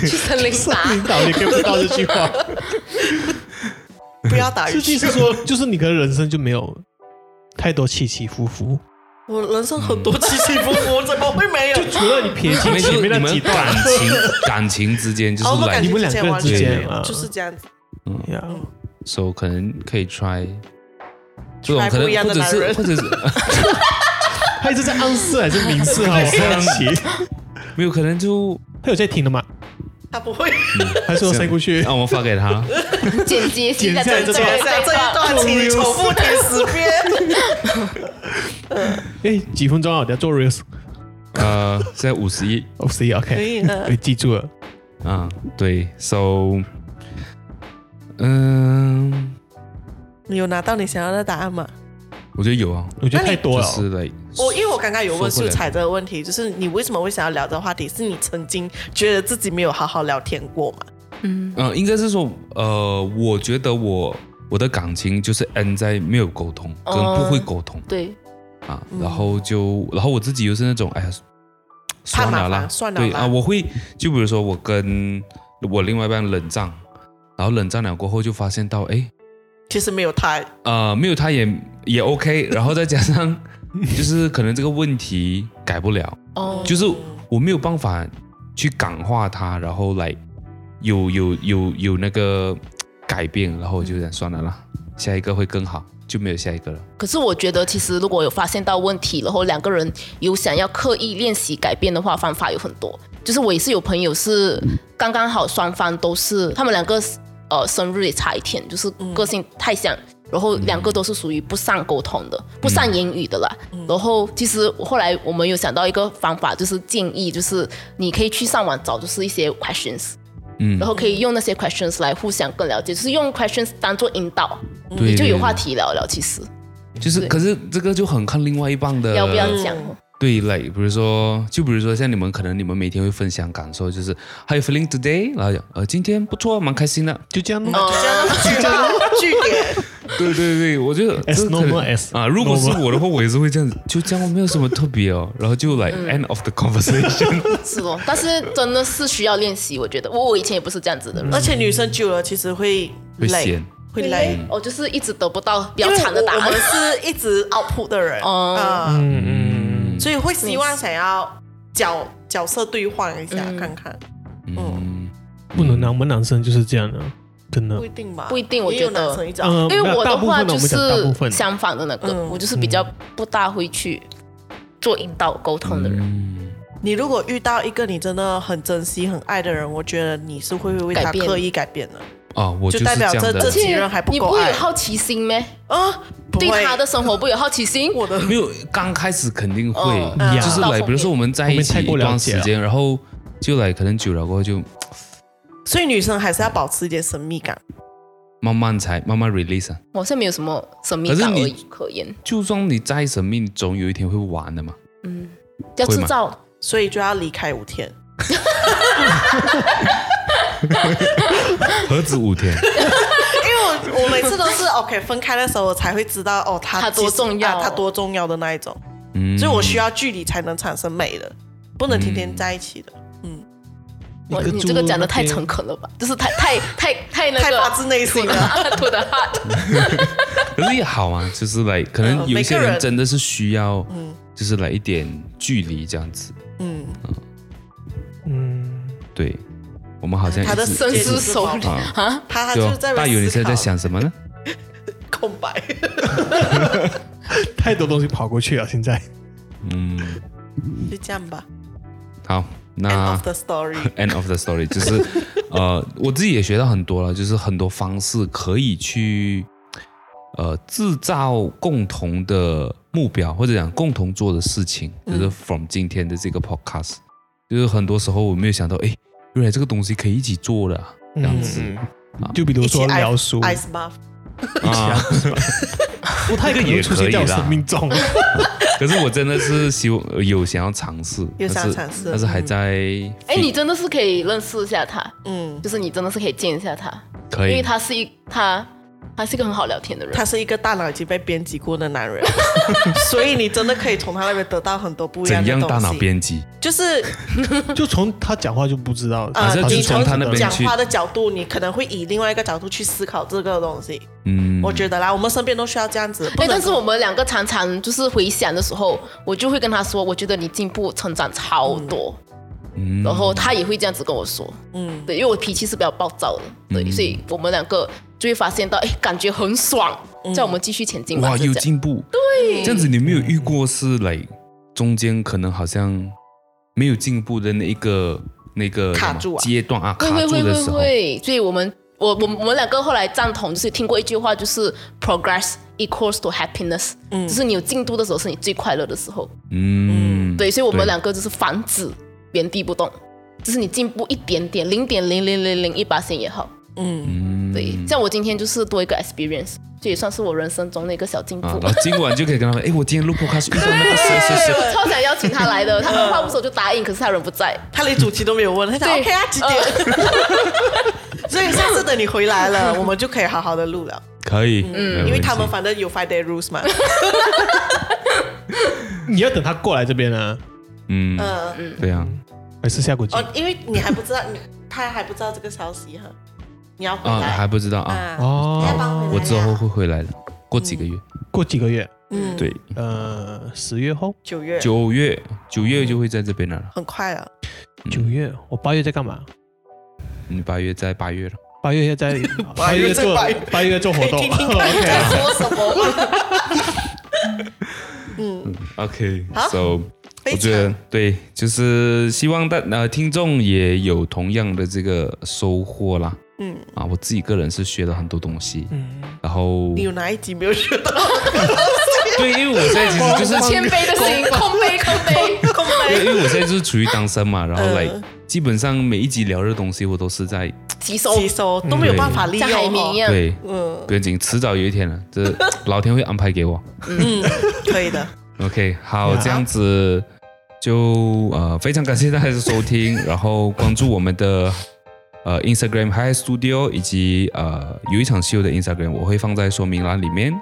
Speaker 4: 去森林打。
Speaker 2: 领导，你 get 不到这句 [LAUGHS] 话。
Speaker 3: 不要打
Speaker 2: 实
Speaker 3: 羽
Speaker 2: 际
Speaker 3: 球
Speaker 2: 是。说，就是你可能人生就没有太多起起伏伏，
Speaker 3: 我人生很多起起伏伏，怎么会没有？
Speaker 2: 除了你撇
Speaker 1: 你
Speaker 2: 清
Speaker 1: 们
Speaker 2: 前
Speaker 1: 就
Speaker 2: 面
Speaker 1: 你
Speaker 2: 那
Speaker 1: 们
Speaker 2: 几段
Speaker 1: 感。
Speaker 3: [LAUGHS]
Speaker 1: 情感情之间就
Speaker 3: 啊我
Speaker 1: 是
Speaker 3: 们感
Speaker 1: 来
Speaker 2: 你
Speaker 3: 情
Speaker 2: 们
Speaker 3: 之
Speaker 2: 两
Speaker 3: 间
Speaker 2: 个
Speaker 3: 完
Speaker 2: 之
Speaker 3: 全
Speaker 1: 间
Speaker 3: 没有
Speaker 2: 啊
Speaker 3: 就是这样子。
Speaker 2: Yeah
Speaker 1: ，so 可能可以 try 这种
Speaker 3: Try
Speaker 1: 可
Speaker 3: 不一样
Speaker 1: 能
Speaker 3: 的
Speaker 1: 或者
Speaker 3: 男
Speaker 1: 是
Speaker 3: 人
Speaker 1: 或者是
Speaker 2: 他一直在暗示还是明示 [LAUGHS] 啊？我好奇，
Speaker 1: 没有可能就
Speaker 2: 他有在听的吗？
Speaker 3: [LAUGHS] 他不 [LAUGHS] 会，
Speaker 2: 还是我塞过去？
Speaker 1: 让我发给
Speaker 3: [LAUGHS]
Speaker 1: 他，
Speaker 4: 剪接
Speaker 2: 剪下来这
Speaker 4: 这
Speaker 2: 段
Speaker 3: 这一段这一段，请你重复听十 [LAUGHS] 遍。
Speaker 2: 哎，几分钟啊？我等下做 reels。
Speaker 1: 呃，现在五十一，
Speaker 2: 哦，所以 OK，
Speaker 3: [LAUGHS] 以嗯的
Speaker 2: 被记住了。
Speaker 1: 啊，对，so，嗯、
Speaker 3: 你有拿到你想要的答案吗？
Speaker 1: 我觉得有啊，
Speaker 2: 我觉得太多
Speaker 1: 就
Speaker 2: 了。
Speaker 1: 是 like
Speaker 3: 我因为我刚刚有
Speaker 1: 说过
Speaker 3: 问素
Speaker 1: 了
Speaker 3: 材这个问题，就是你为什么会想要聊这个话题？是你曾经觉得自己没有好好聊天过吗？
Speaker 1: 嗯，应该是说，呃，我觉得我我的感情就是 N 在没有沟通，跟
Speaker 4: 哦
Speaker 1: 不会沟通、
Speaker 4: 对，
Speaker 1: 啊，
Speaker 3: 嗯
Speaker 1: 然后就，然后我自己又是那种，哎呀，算了
Speaker 3: 麻
Speaker 1: 啦，
Speaker 3: 烦算了
Speaker 1: 对
Speaker 3: 啦
Speaker 1: 啊，我会就比如说我跟我另外一半冷战，然后冷战了过后就发现到，哎，
Speaker 3: 其实没有他，
Speaker 1: 呃，没有他也也 OK，然后再加上 [LAUGHS] 就是可能这个问题改不了，
Speaker 4: 哦，
Speaker 1: 就是我没有办法去感化他，然后来有有有有那个改变，然后我就想算了啦，下一个会更好，就没有下一个了。
Speaker 4: 可是我觉得其实如果有发现到问题，然后两个人有想要刻意练习改变的话，方法有很多。就是我也是有朋友是刚刚好双方都是，他们两个呃生日也差一天，就是个性太像。然后两个都是属于不善沟通的、不善言语的啦。
Speaker 1: 嗯
Speaker 4: 然后其实我后来我们有想到一个方法，就是建议，就是你可以去上网找，就是一些 questions，
Speaker 1: 嗯
Speaker 4: 然，后可以用那些 questions 来互相更了解，就是用 questions 当做引导，
Speaker 1: 对
Speaker 4: 你就有话，
Speaker 1: 对
Speaker 4: 题聊聊。其实
Speaker 1: 对就是可是这个就很看另外一半的
Speaker 4: 要不要讲？
Speaker 1: 对，like 比如说，就比如说像你们可能你们每天会分享感受，就是 How you feeling today？然后讲呃今天不错，蛮开心的。
Speaker 2: 就这样
Speaker 3: 就
Speaker 2: 咯。
Speaker 3: 这样就这样 [LAUGHS] 据点，
Speaker 1: 对对对，我觉得
Speaker 2: [LAUGHS] As
Speaker 1: 这可能
Speaker 2: normal as
Speaker 1: 啊，如果是
Speaker 2: normal
Speaker 1: 我的话，我也是会这样子，就这样没有什么特别哦，然后就 like
Speaker 4: 嗯
Speaker 1: end of the conversation。
Speaker 4: [LAUGHS]
Speaker 1: [LAUGHS]
Speaker 4: 是哦，但是真的是需要练习。我觉得我我以前也不是这样子的人，
Speaker 3: 而且女生久了其实会
Speaker 1: 会
Speaker 3: 累
Speaker 1: 闲，
Speaker 3: 会累。
Speaker 4: 我就是一直得不到比
Speaker 3: 因
Speaker 4: 较
Speaker 3: 为
Speaker 4: 长的答
Speaker 3: 我我
Speaker 4: 案
Speaker 3: 嗯们。是一直 output 的人，
Speaker 1: 嗯
Speaker 4: 哦
Speaker 3: 啊，
Speaker 2: 嗯嗯，
Speaker 3: 所以会希望想要角角色兑换一下、
Speaker 4: 嗯
Speaker 3: 看看，
Speaker 1: 嗯，
Speaker 2: 不能啊，我们男生就是这样的、真的
Speaker 3: 不。一定吧？
Speaker 4: 不一定我
Speaker 3: 也有
Speaker 4: 觉得
Speaker 3: 男生一角，
Speaker 2: 嗯，
Speaker 4: 因为
Speaker 2: 没有
Speaker 4: 我
Speaker 2: 大
Speaker 4: 的
Speaker 2: 部
Speaker 4: 话
Speaker 2: 分呢
Speaker 4: 就
Speaker 2: 我们讲大部分
Speaker 4: 是相反的那个，
Speaker 3: 嗯
Speaker 4: 我就是比较不大会去做引导沟通的人。
Speaker 1: 嗯
Speaker 3: 你如果遇到一个你真的很珍惜、很爱的人，我觉得你是会为他
Speaker 4: 改变
Speaker 3: 刻意改变的。
Speaker 1: 啊，我
Speaker 3: 就是代表
Speaker 1: 这样
Speaker 3: 这
Speaker 1: 的
Speaker 3: 这
Speaker 1: 人
Speaker 3: 其实还不
Speaker 4: 你
Speaker 3: 够
Speaker 4: 不会
Speaker 3: 爱
Speaker 4: 有好奇心咩？
Speaker 3: 啊，不
Speaker 4: 对
Speaker 3: 会
Speaker 4: 他的生活不有好奇心？
Speaker 3: 我的
Speaker 1: 没有，刚开始肯定会
Speaker 4: 哦，
Speaker 2: 嗯
Speaker 1: 就是
Speaker 4: 到
Speaker 1: 来，
Speaker 4: 后
Speaker 1: 比如说
Speaker 4: 面
Speaker 1: 我们在一起
Speaker 2: 后面太
Speaker 1: 一
Speaker 2: 过
Speaker 1: 段
Speaker 2: 了解
Speaker 1: 时
Speaker 2: 了
Speaker 1: 间，然后就来，可能久了过后就
Speaker 3: 所以女生还是要保持一点神秘感。
Speaker 1: 慢慢才慢慢 release 啊。
Speaker 4: 我好像没有什么神秘
Speaker 1: 可是
Speaker 4: 感
Speaker 1: 你
Speaker 4: 而可言。
Speaker 1: 就算你再神秘，你总有一天会完的嘛。
Speaker 4: 嗯，要
Speaker 1: 会吗
Speaker 4: 制造
Speaker 3: 所以就要离开五天，
Speaker 1: 何止五天？
Speaker 3: 因为我我每次都是 [LAUGHS] OK 分开的时候，我才会知道哦，他
Speaker 4: 他多
Speaker 3: 其实
Speaker 4: 重要
Speaker 3: 啊他多重要的那一种，
Speaker 1: [LAUGHS] 嗯，
Speaker 3: 所以我需要距离才能产生美的，不能天
Speaker 4: 嗯
Speaker 3: 天在一起的，
Speaker 4: 我
Speaker 2: 一
Speaker 4: 你这个
Speaker 2: 猪
Speaker 4: 讲的太
Speaker 2: 那边
Speaker 4: 诚恳了吧？就是太太太太那
Speaker 3: 太
Speaker 4: 个
Speaker 3: 发自内心
Speaker 4: [LAUGHS]
Speaker 3: 了。
Speaker 4: 土的 heart，
Speaker 1: 可是也好啊，就是
Speaker 3: [LAUGHS]
Speaker 1: 来，可能
Speaker 3: 嗯
Speaker 1: 有一些
Speaker 3: 每个
Speaker 1: 人
Speaker 3: 人
Speaker 1: 真的是需要，
Speaker 3: 嗯
Speaker 1: 就是来一点距离这样子。
Speaker 3: 嗯，
Speaker 2: 嗯，
Speaker 1: 对，我们好像
Speaker 3: 他的
Speaker 1: 一直
Speaker 4: 深思熟虑
Speaker 1: 啊，
Speaker 4: 啊，
Speaker 3: [LAUGHS] 他他
Speaker 1: 对
Speaker 3: 就
Speaker 1: 哦
Speaker 3: 是在
Speaker 1: 大友，你现在在
Speaker 3: 思
Speaker 1: 想什么呢？
Speaker 3: 考空白，
Speaker 1: [LAUGHS]
Speaker 2: 太多东西跑过去了，现在
Speaker 1: 嗯，
Speaker 3: 就这样吧。
Speaker 1: 好，
Speaker 3: End
Speaker 1: 那
Speaker 3: of the story。
Speaker 1: end of the story 就是，呃，我自己也学到很多了，就是很多方式可以去，呃，制造共同的目标，或者讲共同做的事情，就是
Speaker 3: 嗯
Speaker 1: from 今天的这个 podcast，、就是很多时候我没有想到，哎，原来这个东西可以一起做的、啊，这样子、
Speaker 2: 嗯就比如
Speaker 3: 一起
Speaker 2: 说聊书，
Speaker 3: ice buff，嗯
Speaker 1: 啊。
Speaker 2: 不太可
Speaker 1: 这个也
Speaker 2: 能出
Speaker 1: 可
Speaker 2: 现
Speaker 1: 以
Speaker 2: 在我
Speaker 1: 啦
Speaker 2: 生命中。
Speaker 1: 可是我真的是希望有想要尝试，
Speaker 3: 有想
Speaker 1: 但
Speaker 3: 要
Speaker 1: 是
Speaker 3: 尝试
Speaker 1: 但是还在
Speaker 4: 哎，你真的是可以认识一下他，
Speaker 3: 嗯，
Speaker 4: 就是你真的是可以见一下他，
Speaker 1: 可
Speaker 4: 因
Speaker 1: 以
Speaker 4: 为他是一他他是一个很好聊天的人
Speaker 3: 他。是一个大脑已经被编辑过的男
Speaker 1: [LAUGHS]
Speaker 3: 人，所以你真的可以从他那边得到很多不一样
Speaker 1: 怎
Speaker 3: 的东
Speaker 1: 样
Speaker 3: 西。
Speaker 1: 大脑编辑？
Speaker 3: 就是
Speaker 2: 就从他讲话就不知道，
Speaker 1: 还
Speaker 3: 呃
Speaker 1: 是，
Speaker 2: 他
Speaker 1: 就是
Speaker 3: 你
Speaker 1: 从
Speaker 3: 从
Speaker 1: 他那边
Speaker 3: 讲
Speaker 1: 去
Speaker 3: 话的角度，你可能会以另外一个角度去思考这个东西。
Speaker 1: 嗯，
Speaker 3: 我觉得啦，我们身边都需要这样子。不
Speaker 4: 哎，
Speaker 3: 能
Speaker 4: 但是我们两个常常就是回想的时候，我就会跟他说，我觉得你进步成长超多，
Speaker 1: 嗯
Speaker 4: 然后他也会这样子跟我说，
Speaker 3: 嗯，
Speaker 4: 对，因为我脾气是比较暴躁的，对，
Speaker 1: 嗯
Speaker 4: 所以我们两个就会发现到，哎，感觉很爽，
Speaker 3: 嗯
Speaker 4: 叫我们继续前进吧，
Speaker 1: 哇
Speaker 4: 就这
Speaker 1: 有
Speaker 4: 样
Speaker 1: 进步，对，这样子你没有遇过是来中间可能好像没有进步的那一个那个
Speaker 3: 卡
Speaker 1: 什么
Speaker 3: 住啊
Speaker 1: 阶段啊，卡
Speaker 4: 会会
Speaker 1: 住
Speaker 4: 会
Speaker 1: 的
Speaker 4: 会
Speaker 1: 时候，
Speaker 4: 会，所以我们我我我们两个后来赞同，就是听过一句话，就是 progress equals to happiness，嗯，就是你有进度的时候是你最快乐的时候，
Speaker 1: 嗯，
Speaker 4: 对，所以我们
Speaker 1: 对
Speaker 4: 两个就是反指原地不动，就是你进步一点点，零点零零零零一八线也好，
Speaker 1: 嗯
Speaker 4: 对，像我今天就是多一个 experience，这也算是我人生中的一个小进步。
Speaker 1: 啊，然后今晚就可以跟他们，哎，我今天录 podcast 遇到那个谁谁
Speaker 4: 对，
Speaker 1: 谁，
Speaker 4: 我 [LAUGHS] 超想邀请他来
Speaker 1: [LAUGHS]
Speaker 4: 的，他二话不说就答应，可是他人不在。
Speaker 3: 他连主题都没有问，他讲
Speaker 4: 对
Speaker 3: OK 啊几点？
Speaker 1: 呃
Speaker 3: [LAUGHS] 所以下次等你回
Speaker 1: [LAUGHS]
Speaker 3: 来了，我们就可以好好的录了，
Speaker 1: 可以，嗯
Speaker 3: 因为他们反正有 five day rules
Speaker 1: [LAUGHS]
Speaker 3: 嘛。
Speaker 2: 你要等他过来这边啊，
Speaker 1: 嗯，
Speaker 3: 嗯，
Speaker 1: 对啊，
Speaker 2: 还是下过去
Speaker 3: 哦，因为你还不知道， [LAUGHS] 你他还不知道这个消息哈，你要回
Speaker 1: 啊
Speaker 3: 来
Speaker 1: 还不知道啊，
Speaker 3: 啊，你要
Speaker 2: 哦。
Speaker 3: 帮回来
Speaker 1: 我之
Speaker 3: 呀
Speaker 1: 后会回来的，过几个月，
Speaker 2: 过几个月，
Speaker 3: 嗯
Speaker 1: 对，
Speaker 2: 呃，十月后，
Speaker 3: 九月
Speaker 1: 九月九月就会在这边了啦，
Speaker 3: 很快啊了，
Speaker 2: 九月，我八月在干嘛？
Speaker 1: 你嗯八月在八月了，
Speaker 2: 八月在
Speaker 3: 八月在
Speaker 2: 做
Speaker 3: 八月
Speaker 2: 八月做活
Speaker 3: 可以 [LAUGHS]
Speaker 2: 动
Speaker 3: 听听看
Speaker 2: [LAUGHS]
Speaker 3: 你
Speaker 2: ，OK
Speaker 3: 在
Speaker 2: 啊
Speaker 3: 说什么吗。好
Speaker 1: OK，so。
Speaker 3: 嗯非
Speaker 1: 我觉
Speaker 3: 常
Speaker 1: 得对，就是希望大呃听众也有同样的这个收获啦。
Speaker 3: 嗯
Speaker 1: 啊，我自己个人是学了很多东西，
Speaker 2: 嗯，
Speaker 1: 然后
Speaker 3: 你有哪一集没有学 [LAUGHS] 到？
Speaker 1: 对，因为我现在 [LAUGHS] 其实
Speaker 4: [LAUGHS]
Speaker 1: 就是
Speaker 4: 谦卑的心，空杯空杯。
Speaker 3: 空白
Speaker 1: 对，因为我现在就是处于单身嘛，然后来、
Speaker 3: 嗯
Speaker 1: 基本上每一集聊的东西我都是在
Speaker 4: 吸收，
Speaker 3: 吸收都没有办法利用
Speaker 4: 像
Speaker 3: 哦，
Speaker 4: 海绵一样。
Speaker 1: 对，
Speaker 3: 嗯
Speaker 1: 不要紧，迟早有一天了，这老天会安排给我。
Speaker 3: 嗯，可以的，
Speaker 1: OK，好，这样子就呃非常感谢大家的收听，然后关注我们的呃 Instagram Hi Studio 以及呃有一场秀的 Instagram，我会放在说明栏里面。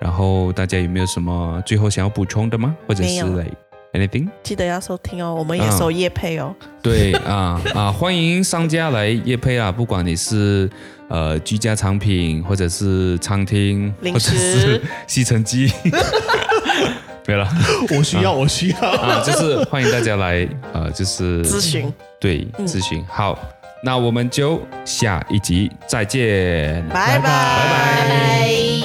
Speaker 1: 然后大家有没有什么最后想要补充的吗？或者
Speaker 3: 没
Speaker 1: 是
Speaker 3: 有
Speaker 1: like anything？
Speaker 3: 记得要收听哦，我们也收夜配哦，
Speaker 1: 对啊啊，欢迎商家来夜配啊！不管你是呃居家产品，或者是餐厅，
Speaker 3: 零
Speaker 1: 或者
Speaker 3: 食
Speaker 1: 是吸尘机， [LAUGHS] 没有了
Speaker 2: 我需要，我需要。
Speaker 1: [LAUGHS] 啊，就是欢迎大家来呃，就是
Speaker 3: 咨询，嗯
Speaker 1: 对咨询。好，那我们就下一集再见，
Speaker 3: 拜拜
Speaker 1: 拜拜
Speaker 4: 拜。